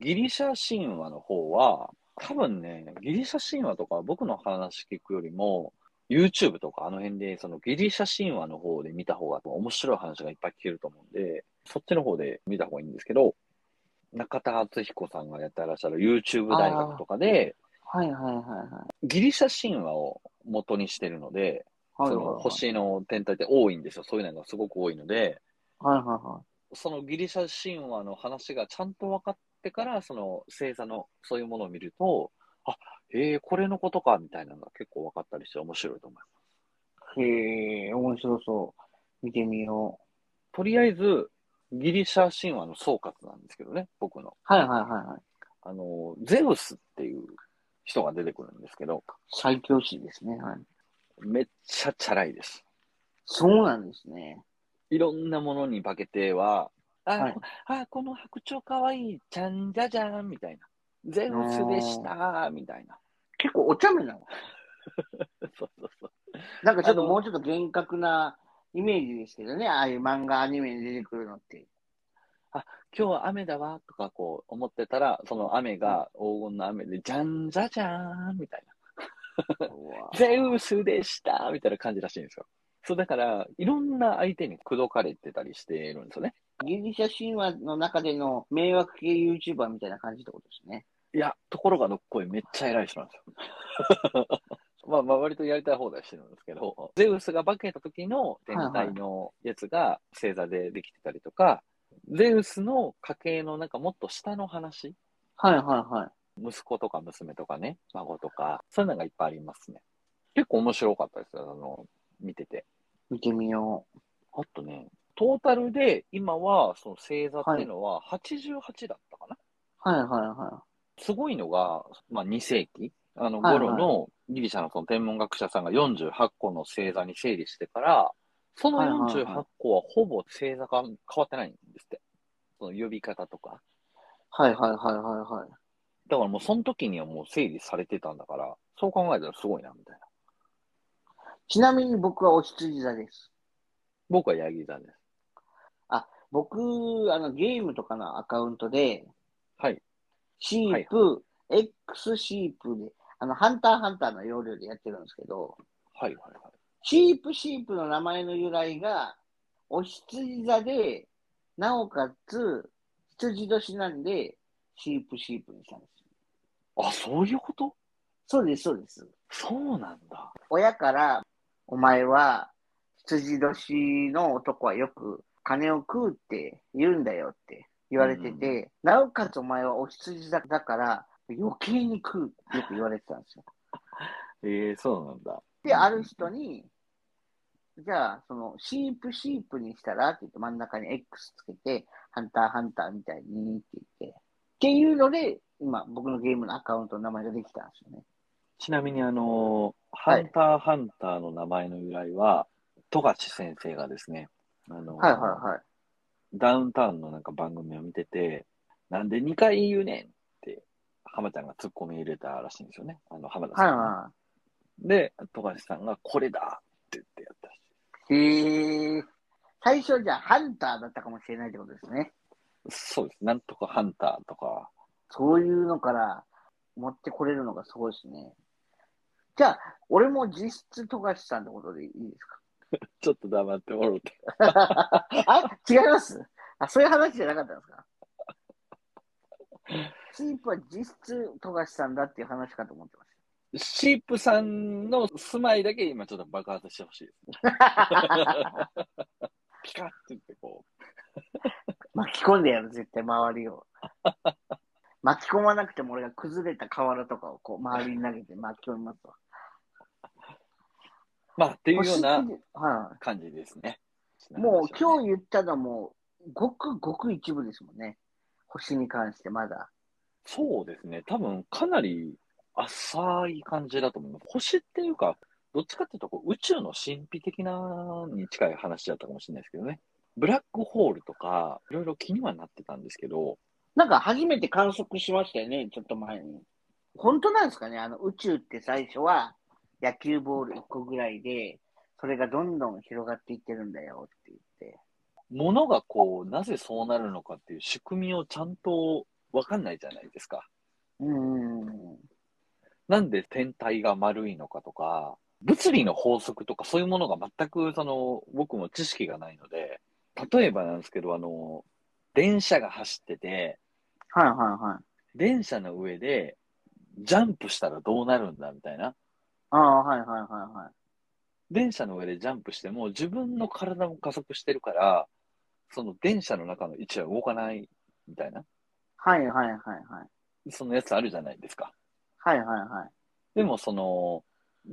A: ギリシャ神話の方は、多分ね、ギリシャ神話とか僕の話聞くよりも、YouTube とかあの辺で、そのギリシャ神話の方で見た方が面白い話がいっぱい聞けると思うんで、そっちの方で見た方がいいんですけど、中田敦彦さんがやってらっしゃる YouTube 大学とかで、
B: はいはいはいはい。
A: ギリシャ神話を元にしてるので、
B: はいはい
A: そ
B: はい
A: の。星の天体って多いんですよ。そういうのがすごく多いので、
B: はいはいは
A: そのギリシャ神話の話がちゃんと分かってから、その星座のそういうものを見ると、あ、えー、これのことか、みたいなのが結構分かったりして面白いと思います。
B: い。へえ、面白そう。見てみよう。
A: とりあえず、ギリシャ神話の総括なんですけどね、僕の。
B: はいはいはいはい。
A: あの、ゼウスっていう人が出てくるんですけど、
B: 最強詞ですね。はい。
A: めっちゃチャラいです。
B: そうなんですね。
A: いろんなものに化けては、あ、
B: はい
A: こあこの白鳥かわいい、ちゃんじゃじゃん、みたいな。ゼウスでした、みたいな。 <laughs>
B: 結構お茶目なの。
A: そうそうそう。
B: なんかちょっ
A: あ
B: と
A: の
B: もうちょっと厳格なイメージですけどね。ああいう漫画、アニメに出てくるの <laughs> って。
A: 今日は雨だわ、とかこう思ってたら、その雨が黄金の雨で、じゃんじゃじゃーん、みたいな。ゼウスでした、みたいな感じらしいんですよ。そう、だから、いろんな相手に口説かれてたりしてるんですよね。
B: ギリシャ神話の中での迷惑系 YouTuber みたいな感じってことですね。
A: いや、ところがどっこい、めっちゃ偉い人なんですよ。 <laughs> まあ、まあ割とやりたい放題してるんですけど、ゼウスが化けた時の天体のやつが星座でできてたりとか、ゼウスの家系のなんかもっと下の話、
B: はいはいはい。
A: 息子とか娘とかね、孫とか、そういうのがいっぱいありますね。結構面白かったですよ、あの、見てて。
B: 見てみよ
A: あとね、トータルで今はその星座っていうのは88だったかな、
B: う。はいはいは
A: すごいのが、まあ、2世紀あの
B: はいはい
A: 頃のギリシャのその天文学者さんが48個の星座に整理してから、その
B: はいはいはい
A: 48個はほぼ星座が変わってないんですって。その呼び方とか。
B: い。はいはいはいはいはい。
A: だからもうその時にはもう整理されてたんだから、そう考えたらすごいな、みたいな。
B: ちなみに僕はお羊座です。
A: 僕はヤギ座です。
B: 僕、あの、ゲームとかのアカウントで、
A: はい。
B: シープ、X シープで、あの、ハンターハンターの要領でやってるんですけど、
A: はいはいはい。
B: シープシープの名前の由来が、お羊座で、なおかつ、羊年なんで、シープシープにしたんです。
A: あ、そういうこと
B: そうです、そうです。
A: そうなんだ。
B: 親から、お前は羊年の男はよく金を食うって言うんだよって言われてて、なおかつお前はお羊だだから余計に食うってよく言われてたんですよ。
A: ええそうなんだ。
B: で、ある人に、じゃあ、その、シープシープにしたらって言って、真ん中に X つけて、ハンターハンターみたいにって言って。っていうので、今、僕のゲームのアカウントの名前ができたんですよね。
A: ちなみに、あのー
B: は
A: ハ
B: い
A: ンター、ハンターの名前の由来は、富樫先生がですね、あのー
B: はいはいはい。
A: ダウンタウンのなんか番組を見てて、なんで2回言うねんって、浜ちゃんがツッコミ入れたらしいんですよね。あの、浜田
B: は
A: さ
B: い
A: んが。
B: は
A: で、富樫さんがこれだって言ってやったらしい。
B: い。へえ。最初じゃあ、ハンターだったかもしれないってことですね。
A: そうです。なんとかハンターとか。
B: そういうのから持ってこれるのがすごいですね。じゃあ、俺も実質富樫さんってことでいいですか <laughs>
A: ちょっと黙っておろうて。
B: あ、違いますあ、そういう話じゃなかったんですか <laughs> チープは実質富樫さんだっていう話かと思ってまし
A: シープさんの住まいだけ今ちょっと爆発してほしいですね。
B: <laughs> た。
A: ピカッて言ってこう。
B: 巻き込んでやる、絶対周りを。 <laughs> 巻き込まなくても俺が崩れた瓦とかをこう周りに投げて巻き込みますわ。
A: まあ、っていうような
B: は
A: 感じですね。
B: い、もう
A: 日、
B: 今日言ったのはもう、ごくごく一部ですもんね。星に関してまだ。
A: そうですね。多分かなり浅い感じだと思います。星っていうか、どっちかっていうとこう宇宙の神秘的なに近い話だったかもしれないですけどね。ブラックホールとか、いろいろ気にはなってたんですけど、
B: なんか初めて観測しましたよね、ちょっと前に。本当なんですかね、あの宇宙って最初は野球ボール1個ぐらいで、それがどんどん広がっていってるんだよって言って。
A: ものがこう、なぜそうなるのかっていう仕組みをちゃんとわかんないじゃないですか。
B: うーん。
A: なんで天体が丸いのかとか、物理の法則とかそういうものが全くその僕も知識がないので、例えばなんですけど、あの、電車が走ってて、
B: はいはいはい。
A: 電車の上でジャンプしたらどうなるんだみたいな。
B: ああ、はいはいはいはい。
A: 電車の上でジャンプしても自分の体も加速してるから、その電車の中の位置は動かないみたいな、
B: はいはいはいはい。
A: そのやつあるじゃないですか。
B: はいはいはい。
A: でもその、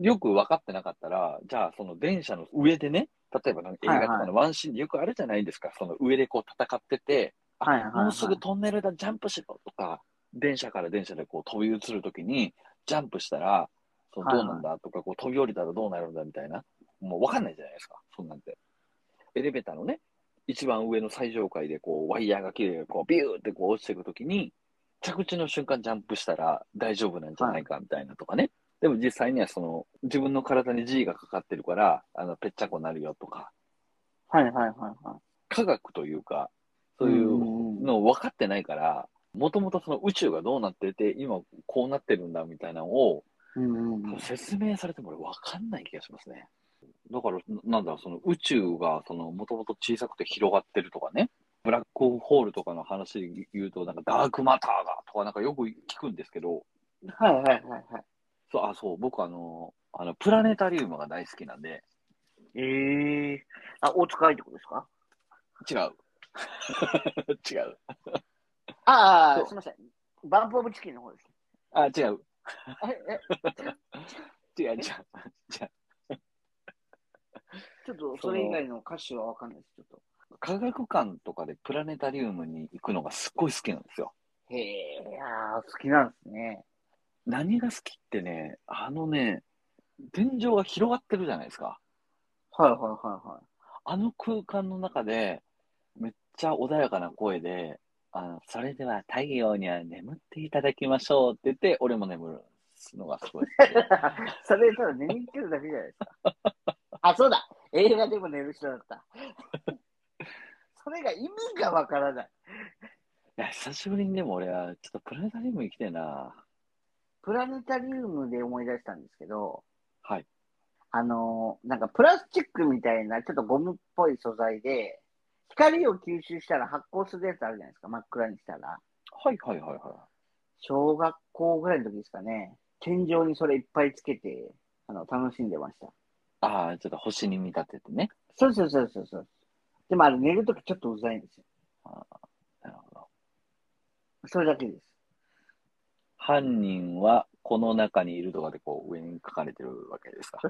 A: よく分かってなかったら、じゃあその電車の上でね、例えばなんか映画と
B: は
A: か
B: い
A: のワンシーンでよくあるじゃないですか、その上でこう戦ってて、あ
B: はいはいはい
A: もうすぐトンネルだ、ジャンプしろとか、電車から電車でこう飛び移るときに、ジャンプしたら、その
B: はい
A: ど
B: は
A: う
B: い
A: なんだとか、こう飛び降りたらどうなるんだみたいな、もう分かんないじゃないですか、そんなんて。エレベーターのね、一番上の最上階でこうワイヤーが切れて、こうビューってこう落ちていくときに、着地の瞬間ジャンプしたら大丈夫なんじゃないかみたいなとかね。でも実際にはその自分の体に G がかかってるから、あの、ぺっちゃこになるよとか、
B: はいはいはいはい。
A: 科学というか、そういう
B: うーん。
A: のを分かってないから、もともとその宇宙がどうなってて、今こうなってるんだみたいなのを、
B: うんうんうん
A: 説明されても俺分かんない気がしますね。だから、ななんだろう、その宇宙がそのもともと小さくて広がってるとかね、ブラックホールとかの話で言うと、なんかダークマターがとかなんかよく聞くんですけど、
B: はいはいはいはい。
A: そう、あ、そう、僕あの、あの、プラネタリウムが大好きなんで、
B: ええあ、大塚愛ってことですか
A: 違う。 <laughs> 違う。
B: あ
A: そ
B: あ、
A: う
B: すみません。バンプオブチキンの方 <laughs> です。
A: あ、違う。
B: あれえ、
A: 違う、違う。
B: ちょっとそれ以外の歌詞はわかんないです、ちょっと。
A: 科学館とかでプラネタリウムに行くのがすっごい好きなんですよ。
B: へえ、いやー好きなんですね。
A: 何が好きってね、あのね、天井が広がってるじゃないですか。
B: はいはいはいはい。
A: あの空間の中で、めっちゃ穏やかな声で、あのそれでは太陽には眠っていただきましょうって言って、俺も眠るのがすごい好き <laughs> で。
B: <laughs> それただ眠ってるだけじゃないですか。 <laughs> あ、そうだ映画でも寝る人だった。 <laughs> それが意味がわからない。
A: いや、久しぶりにでも俺は、ちょっとプラネタリウム行きてえな。
B: プラネタリウムで思い出したんですけど、
A: はい。
B: あのーなんかプラスチックみたいな、ちょっとゴムっぽい素材で、光を吸収したら発光するやつあるじゃないですか、真っ暗にしたら。
A: はいはいはいはい。
B: 小学校ぐらいの時ですかね、天井にそれいっぱいつけて、あの、楽しんでました。
A: ああ、ちょっと星に見立ててね。
B: そうそうそうそうそう。でもあれ寝るときちょっとうざいんですよ。
A: なるほど。
B: それだけです。 <laughs>
A: 犯人はこの中にいるとかでこう上に書かれてるわけですか。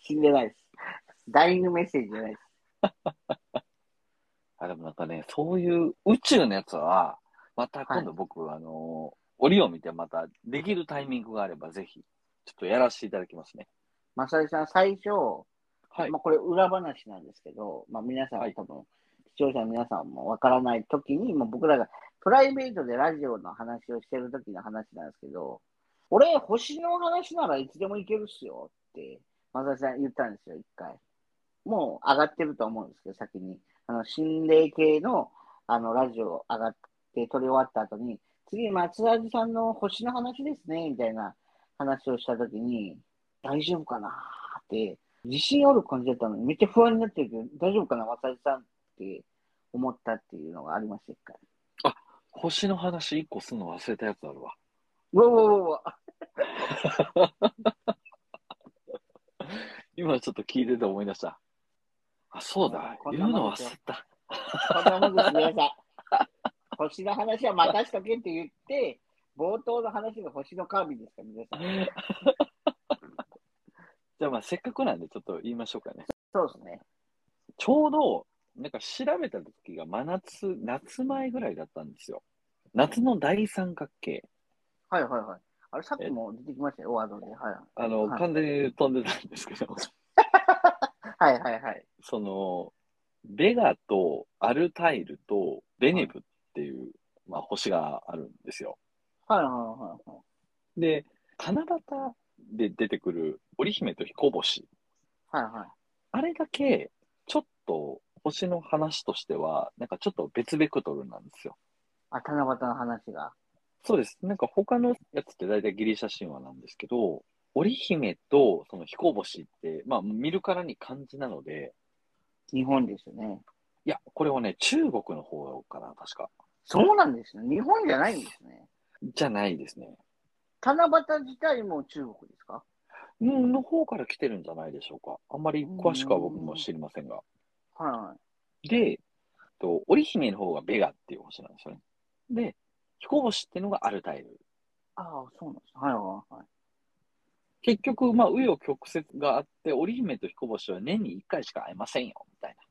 B: 死んでないです。ダイイングメッセージじゃないです。
A: あ、でもなんかね、そういう宇宙のやつは、また今度僕、あの、折を見てまたできるタイミングがあれば、ぜひ、ちょっとやらせていただきますね。
B: まさりさん、最初、
A: はい
B: ま。あ、これ裏話なんですけど、まあ、皆さんは
A: はい
B: 多分、視聴者の皆さんもわからないときに、もう僕らがプライベートでラジオの話をしてるときの話なんですけど、俺、星の話ならいつでもいけるっすよって、まさりさん言ったんですよ、一回。もう上がってると思うんですけど、先に。あの、心霊系の、あの、ラジオ上がって撮り終わった後に、次、松田さんの星の話ですね、みたいな話をしたときに、大丈夫かなーって、自信ある感じだったのに、めっちゃ不安になってるけど、大丈夫かな、渡さんって思ったっていうのがありました、一回。
A: 星の話一個するの忘れたやつあるわ。
B: うわうわうわうわ
A: 今ちょっと聞いてて思い出した。あ、そうだ。
B: こん
A: 言
B: な
A: う
B: も
A: の
B: んで
A: 忘
B: すよ
A: れた。
B: こんなもんです、皆さん。 <laughs> 星の話はまたしとけって言って、冒頭の話が星のカービィですから、皆さん。
A: じゃあまあせっかくなんでちょっと言いましょうかね。
B: そうですね。
A: ちょうど、なんか調べた時が真夏、夏前ぐらいだったんですよ。夏の大三角形。
B: はいはいはい。あれ、さっきも出てきましたよ、ワードで。はい
A: あの、
B: はい
A: 完全に飛んでたんですけど、
B: はいはいはい。
A: その、ベガとアルタイルとデネブっていう、まあ、星があるんですよ。
B: はいはいはいはい。
A: で、七夕で出てくる織姫と彦星。
B: はいはい。
A: あれだけ、ちょっと星の話としては、なんかちょっと別ベクトルなんですよ。
B: あ、七夕の話が。
A: そうです。なんか他のやつって大体ギリシャ神話なんですけど、織姫とその彦星って、まあ見るからに漢字なので、
B: 日本ですよね。
A: いや、これはね、中国の方かな、確か。
B: そうなんですね。日本じゃないんですね。
A: じゃないですね。
B: 七夕自体も中国ですか
A: うんの方から来てるんじゃないでしょうか。あんまり詳しくは僕も知りませんが。
B: はいはい。
A: で、と織姫の方がベガっていう星なんですよね。で、彦星っていうのがアルタイル。
B: ああ、そうなんですね。はいはいはい。
A: 結局、まあ、紆余曲折があって、織姫と彦星は年に1回しか会えませんよ、みたいな。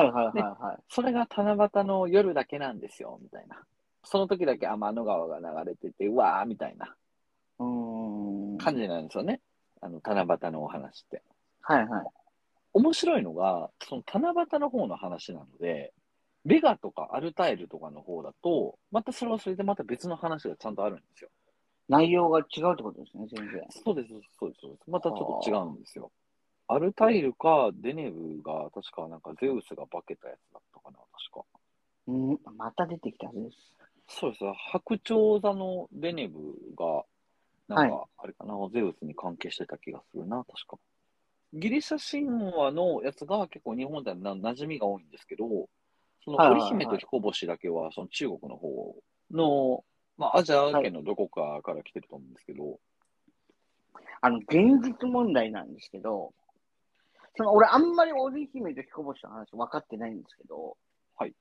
B: はいはいはいはい。
A: それが七夕の夜だけなんですよ、みたいな。その時だけ天の川が流れてて、うわーみたいな
B: うーん。はい
A: 感じなんですよね。あの、七夕のお話って。
B: はい。
A: 面白いのが、その七夕の方の話なので、ベガとかアルタイルとかの方だと、またそれはそれでまた別の話がちゃんとあるんですよ。
B: 内容が違うってことですね、全然。
A: そうです、そうです、そうです。またちょっと違うんですよ。アルタイルかデネブが、確かなんかゼウスが化けたやつだったかな、確か。
B: うん、また出てきたはずです。
A: そうです。白鳥座のデネブが、なんか、あれかな、ゼウスに関係してた気がするな、確か。ギリシャ神話のやつが結構日本ではな馴染みが多いんですけど、その
B: はいは
A: 織
B: いはい
A: 姫と彦星だけは、その中国の方の、まあ、アジア圏のどこかから来てると思うんですけど、
B: あの、現実問題なんですけど、その、俺あんまり織姫と彦星の話分かってないんですけど、
A: はい。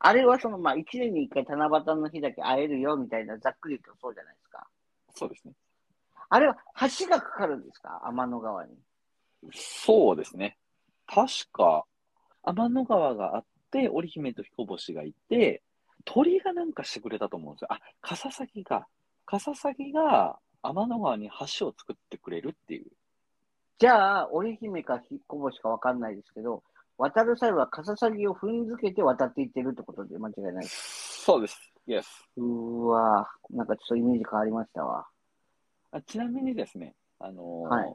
B: あれはその、まあ、一年に一回七夕の日だけ会えるよみたいな、ざっくり言うとそうじゃないですか。
A: そうですね。
B: あれは橋がかかるんですか天の川に。
A: そうですね。確か、天の川があって、織姫と彦星がいて、鳥がなんかしてくれたと思うんですよ。あ、カササギが。カササギが天の川に橋を作ってくれるっていう。
B: じゃあ、織姫か彦星か分かんないですけど、渡る際はカササギを踏んづけて渡っていってるってことで間違いないです。
A: そうです。Yes。
B: うーわーなんかちょっとイメージ変わりましたわ。
A: あちなみにですね、あのー
B: はい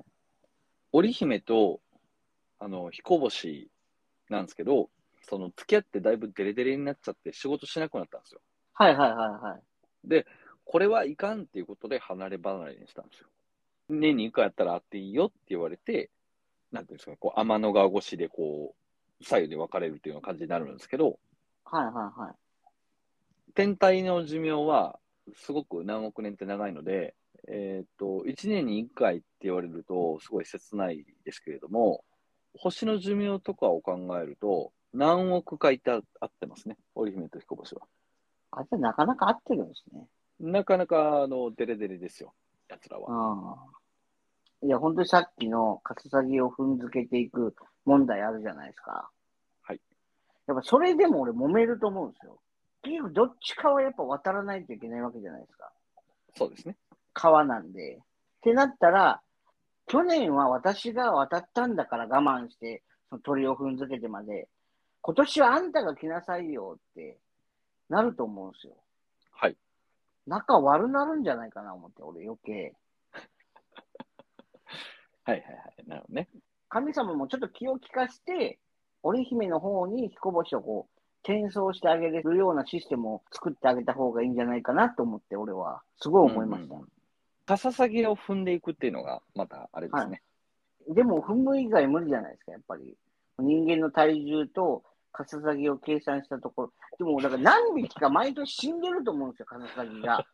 A: 織姫と、あの彦星なんですけど、その付き合ってだいぶデレデレになっちゃって仕事しなくなったんですよ。
B: はいはいはいはい。
A: これはいかんっていうことで離れ離れにしたんですよ。年に1回やったら会っていいよって言われて、なんていうんですかね、こう天の川越しでこう、左右で分かれるっていうような感じになるんですけど、
B: はいはいはい。
A: 天体の寿命はすごく何億年って長いので、えーっと、1年に1回って言われるとすごい切ないですけれども、星の寿命とかを考えると、何億回ってあ合ってますね、織姫と彦星は。
B: あれなかなか合ってるんですね。
A: なかなか、あの、デレデレですよ、奴らは
B: う。ん。いや、本当にさっきのカササギを踏んづけていく問題あるじゃないですか。
A: はい。
B: やっぱそれでも俺揉めると思うんですよ。結局どっちかはやっぱ渡らないといけないわけじゃないですか。
A: そうですね。
B: 川なんで。ってなったら、去年は私が渡ったんだから我慢して、その鳥を踏んづけてまで、今年はあんたが来なさいよってなると思うんですよ。
A: はい。
B: 仲悪なるんじゃないかな思って、俺余計。
A: はいはいはい。なるほどね。
B: 神様もちょっと気を利かして、織姫の方に彦星をこう、転送してあげれるようなシステムを作ってあげた方がいいんじゃないかなと思って、俺は、すごい思いました。
A: うんカササギを踏んでいくっていうのが、またあれですね。
B: でも、踏む以外無理じゃないですか、やっぱり。人間の体重と、カササギを計算したところ。でも、だから何匹か毎年死んでると思うんですよ、カササ
A: <laughs>
B: ギが。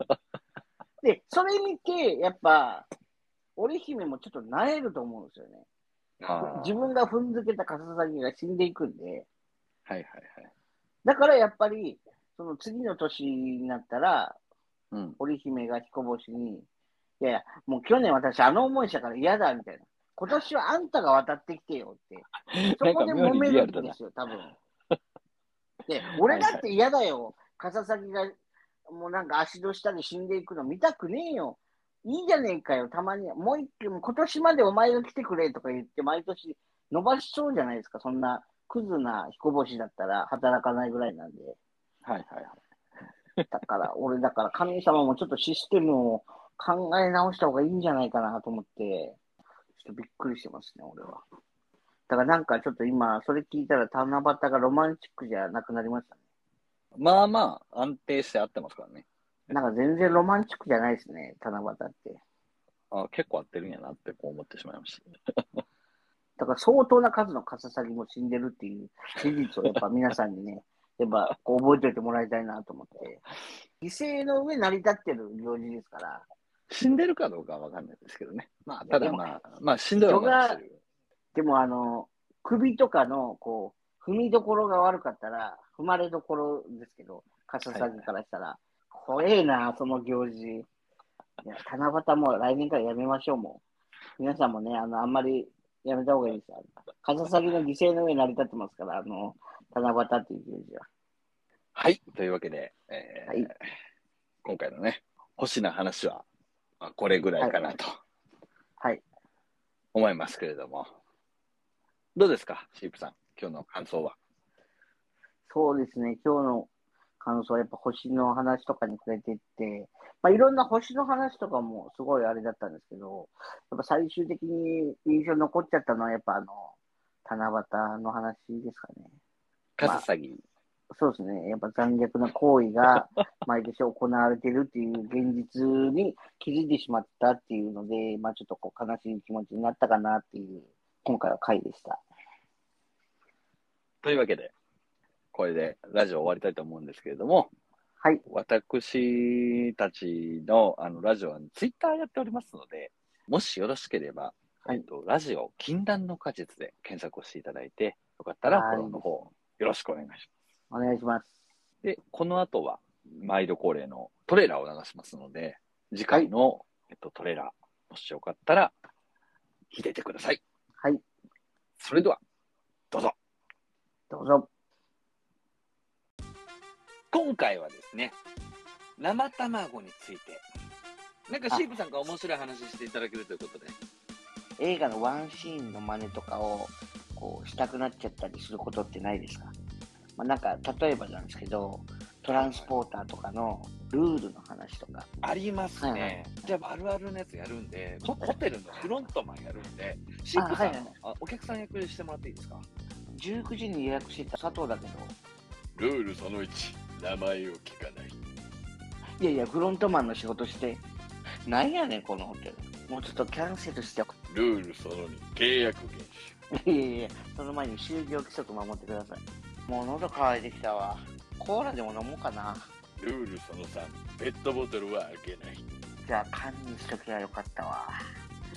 B: で、それ見て、やっぱ、織姫もちょっと萎えると思うんですよね。
A: あー
B: 自分が踏んづけたカササギが死んでいくんで。
A: はいはいはい。
B: だからやっぱり、その次の年になったら、
A: うん。
B: 織姫が彦星に、いやいや、もう去年私あの思いしたから嫌だみたいな。今年はあんたが渡ってきてよって。そ
A: <laughs> なん
B: こ
A: か
B: で
A: 妙
B: 揉め
A: にリア
B: る
A: ルだ
B: んで
A: な。
B: すよ、多分。で、俺だって嫌だよ。カササギが、もうなんか足の下で死んでいくの見たくねえよ。いいじゃねえかよ、たまに。もう一回、もう今年までお前が来てくれとか言って、毎年伸ばしそうじゃないですか。そんな、クズな彦星だったら働かないぐらいなんで。
A: はいはいはい。
B: だから、俺だから神様もちょっとシステムを考え直した方がいいんじゃないかなと思って、ちょっとびっくりしてますね、俺は。だからなんかちょっと今、それ聞いたら七夕がロマンチックじゃなくなりましたね。
A: まあまあ、安定して合ってますからね。
B: なんか全然ロマンチックじゃないですね、七夕って。
A: あ結構合ってるんやなってこう思ってしまいました。
B: だから相当な数のカササギも死んでるっていう事実をやっぱ皆さんにね、 <laughs> やっぱこう覚えておいてもらいたいなと思って。犠牲の上成り立ってる行事ですから、
A: 死んでるかどうかはわかんないですけどね。まあ、ただまあ、まあ、死んではないですよ
B: でもあの、首とかの、こう、踏みどころが悪かったら、踏まれどころですけど、カササギからしたら、怖えな、その行事。いや、七夕も来年からやめましょう、もう。皆さんもね、あの、あんまりやめた方がいいですよ。カササギの犠牲の上に成り立ってますから、あの、七夕っていう行事は。
A: はい。というわけで、えー
B: はい
A: 今回のね、星な話は、まあ、これぐらいかなと
B: はい。
A: 思いますけれども。どうですか、シープさん。今日の感想は。
B: そうですね、今日の感想はやっぱ星の話とかに触れていって、まあ、いろんな星の話とかもすごいあれだったんですけど、やっぱ最終的に印象に残っちゃったのは、やっぱあの、七夕の話ですかね。
A: カササギ。
B: そうですね、やっぱ残虐な行為が毎年行われてるっていう現実に気づいてしまったっていうので、まあ、ちょっとこう悲しい気持ちになったかなっていう、今回は回でした。
A: というわけで、これでラジオ終わりたいと思うんですけれども、
B: はい、
A: 私たちのあのラジオはツイッターやっておりますので、もしよろしければ、
B: はい
A: えっと、ラジオ禁断の果実で検索をしていただいて、よかったらフォローの方、よろしくお願いします。
B: お願いします。
A: で、この後は、毎度恒例のトレーラーを流しますので、次回の、えっと、トレーラー、もしよかったら、聞いていてください。
B: はい、
A: それでは、
B: どうぞ。
A: 今回はですね、生卵について、なんかシープさんが面白い話していただけるということで、
B: 映画のワンシーンの真似とかをこうしたくなっちゃったりすることってないですか、まあ、なんか例えばなんですけどトランスポーターとかのルールの話とか
A: ありますね。
B: はいはい
A: じゃあ、あるあるのやつやるんで、ホホテルのフロントマンやるんで、シープさん、
B: あはいはい
A: あお客さん役してもらっていいですか
B: 19時に予約してた佐藤だけど
A: ルールその1、名前を聞かない。
B: いやいやフロントマンの仕事してなんやねんこのホテルもうちょっとキャンセルして
A: ルールその2、契約厳守。
B: いやいやその前に就業規則守ってくださいもう喉乾いてきたわコーラでも飲もうかな
A: ルールその3、ペットボトルは開けない。
B: じゃあ缶にしときゃよかったわ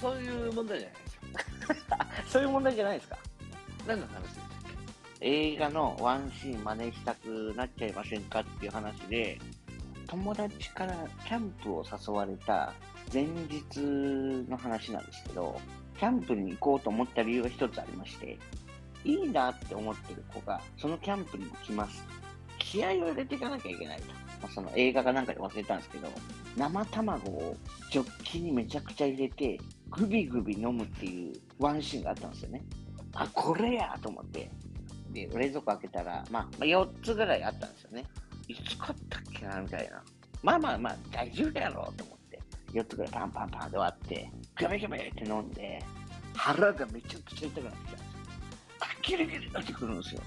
A: そういう問題じゃないですよ。
B: <laughs> そういう問題じゃないですか
A: 何の話ですか
B: 映画のワンシーン真似したくなっちゃいませんかっていう話で友達からキャンプを誘われた前日の話なんですけど、キャンプに行こうと思った理由が一つありまして、いいなって思ってる子が、そのキャンプに来ます。気合を入れていかなきゃいけないと。まあその映画かなんかで忘れたんですけど、生卵をジョッキにめちゃくちゃ入れて、グビグビ飲むっていうワンシーンがあったんですよね。あ、これやと思って。で、冷蔵庫開けたら、まあ、まあ4つぐらいあったんですよね。いつ買ったっけなみたいな。まあまあまあ、大丈夫やろと思って。4つぐらいパンパンパンで終わって、ガメガメって飲んで、腹がめちゃくちゃ痛くなってきたんですよ。あキリキリなってくるんですよ。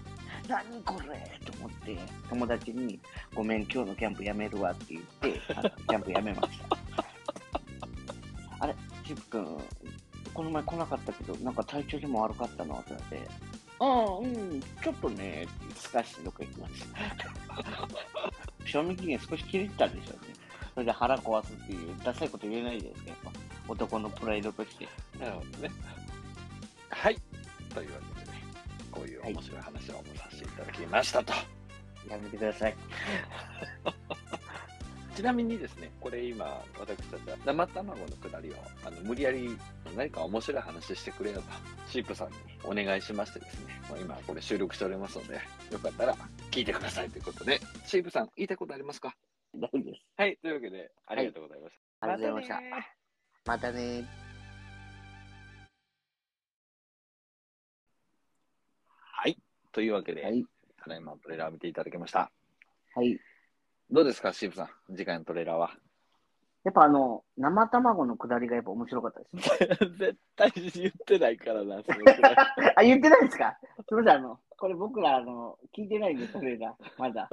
B: 何これと思って、友達に、ごめん、今日のキャンプやめるわって言って、あのキャンプやめました。あれ、チップ君、この前来なかったけど、なんか体調でも悪かったなってなって、ああ、うん、ちょっとね、って言ってすかしてどっか行きました。 <laughs> 賞味期限少し切れてたんでしょうね。それで腹壊すっていう、ダサいこと言えないじゃないですか、やっぱ。男のプライドとして。
A: なるほどね。はい。というわけでね、こういう面白い話をさせていただきましたと。
B: やめてください。
A: ちなみにですね、これ今、私たちは生卵のくだりを、あの、無理やり何か面白い話してくれよと、シープさんにお願いしましてですね、もう今これ収録しておりますので、よかったら聞いてくださいということで、シープさん、言いたいことありますか
B: 大丈夫です。
A: はい、というわけで、ありがとうございました。
B: ありがとうございました。
A: ねー
B: またねー。
A: というわけで、
B: はい。
A: ただいまトレーラーを見ていただきました。
B: はい。
A: どうですか、シープさん、次回のトレーラーは。
B: やっぱあの、生卵のくだりがやっぱ面白かったですね。
A: <laughs> 絶対言ってないからな、その
B: あ、言ってないですかすみません、あの、これ僕ら、あの、聞いてないんで、それが、まだ。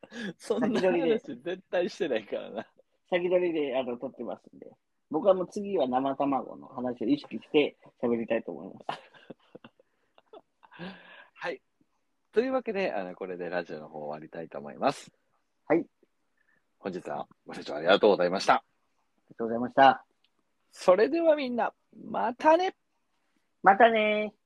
A: <laughs> そ
B: んな話
A: 絶対してないからな。
B: 先取りで、あの、撮ってますんで。僕はもう次は生卵の話を意識して喋りたいと思います。
A: はい。というわけで、あの、これでラジオの方終わりたいと思います。
B: はい。
A: 本日はご清聴ありがとうございました。
B: ありがとうございました。
A: それではみんな、またね
B: またねー。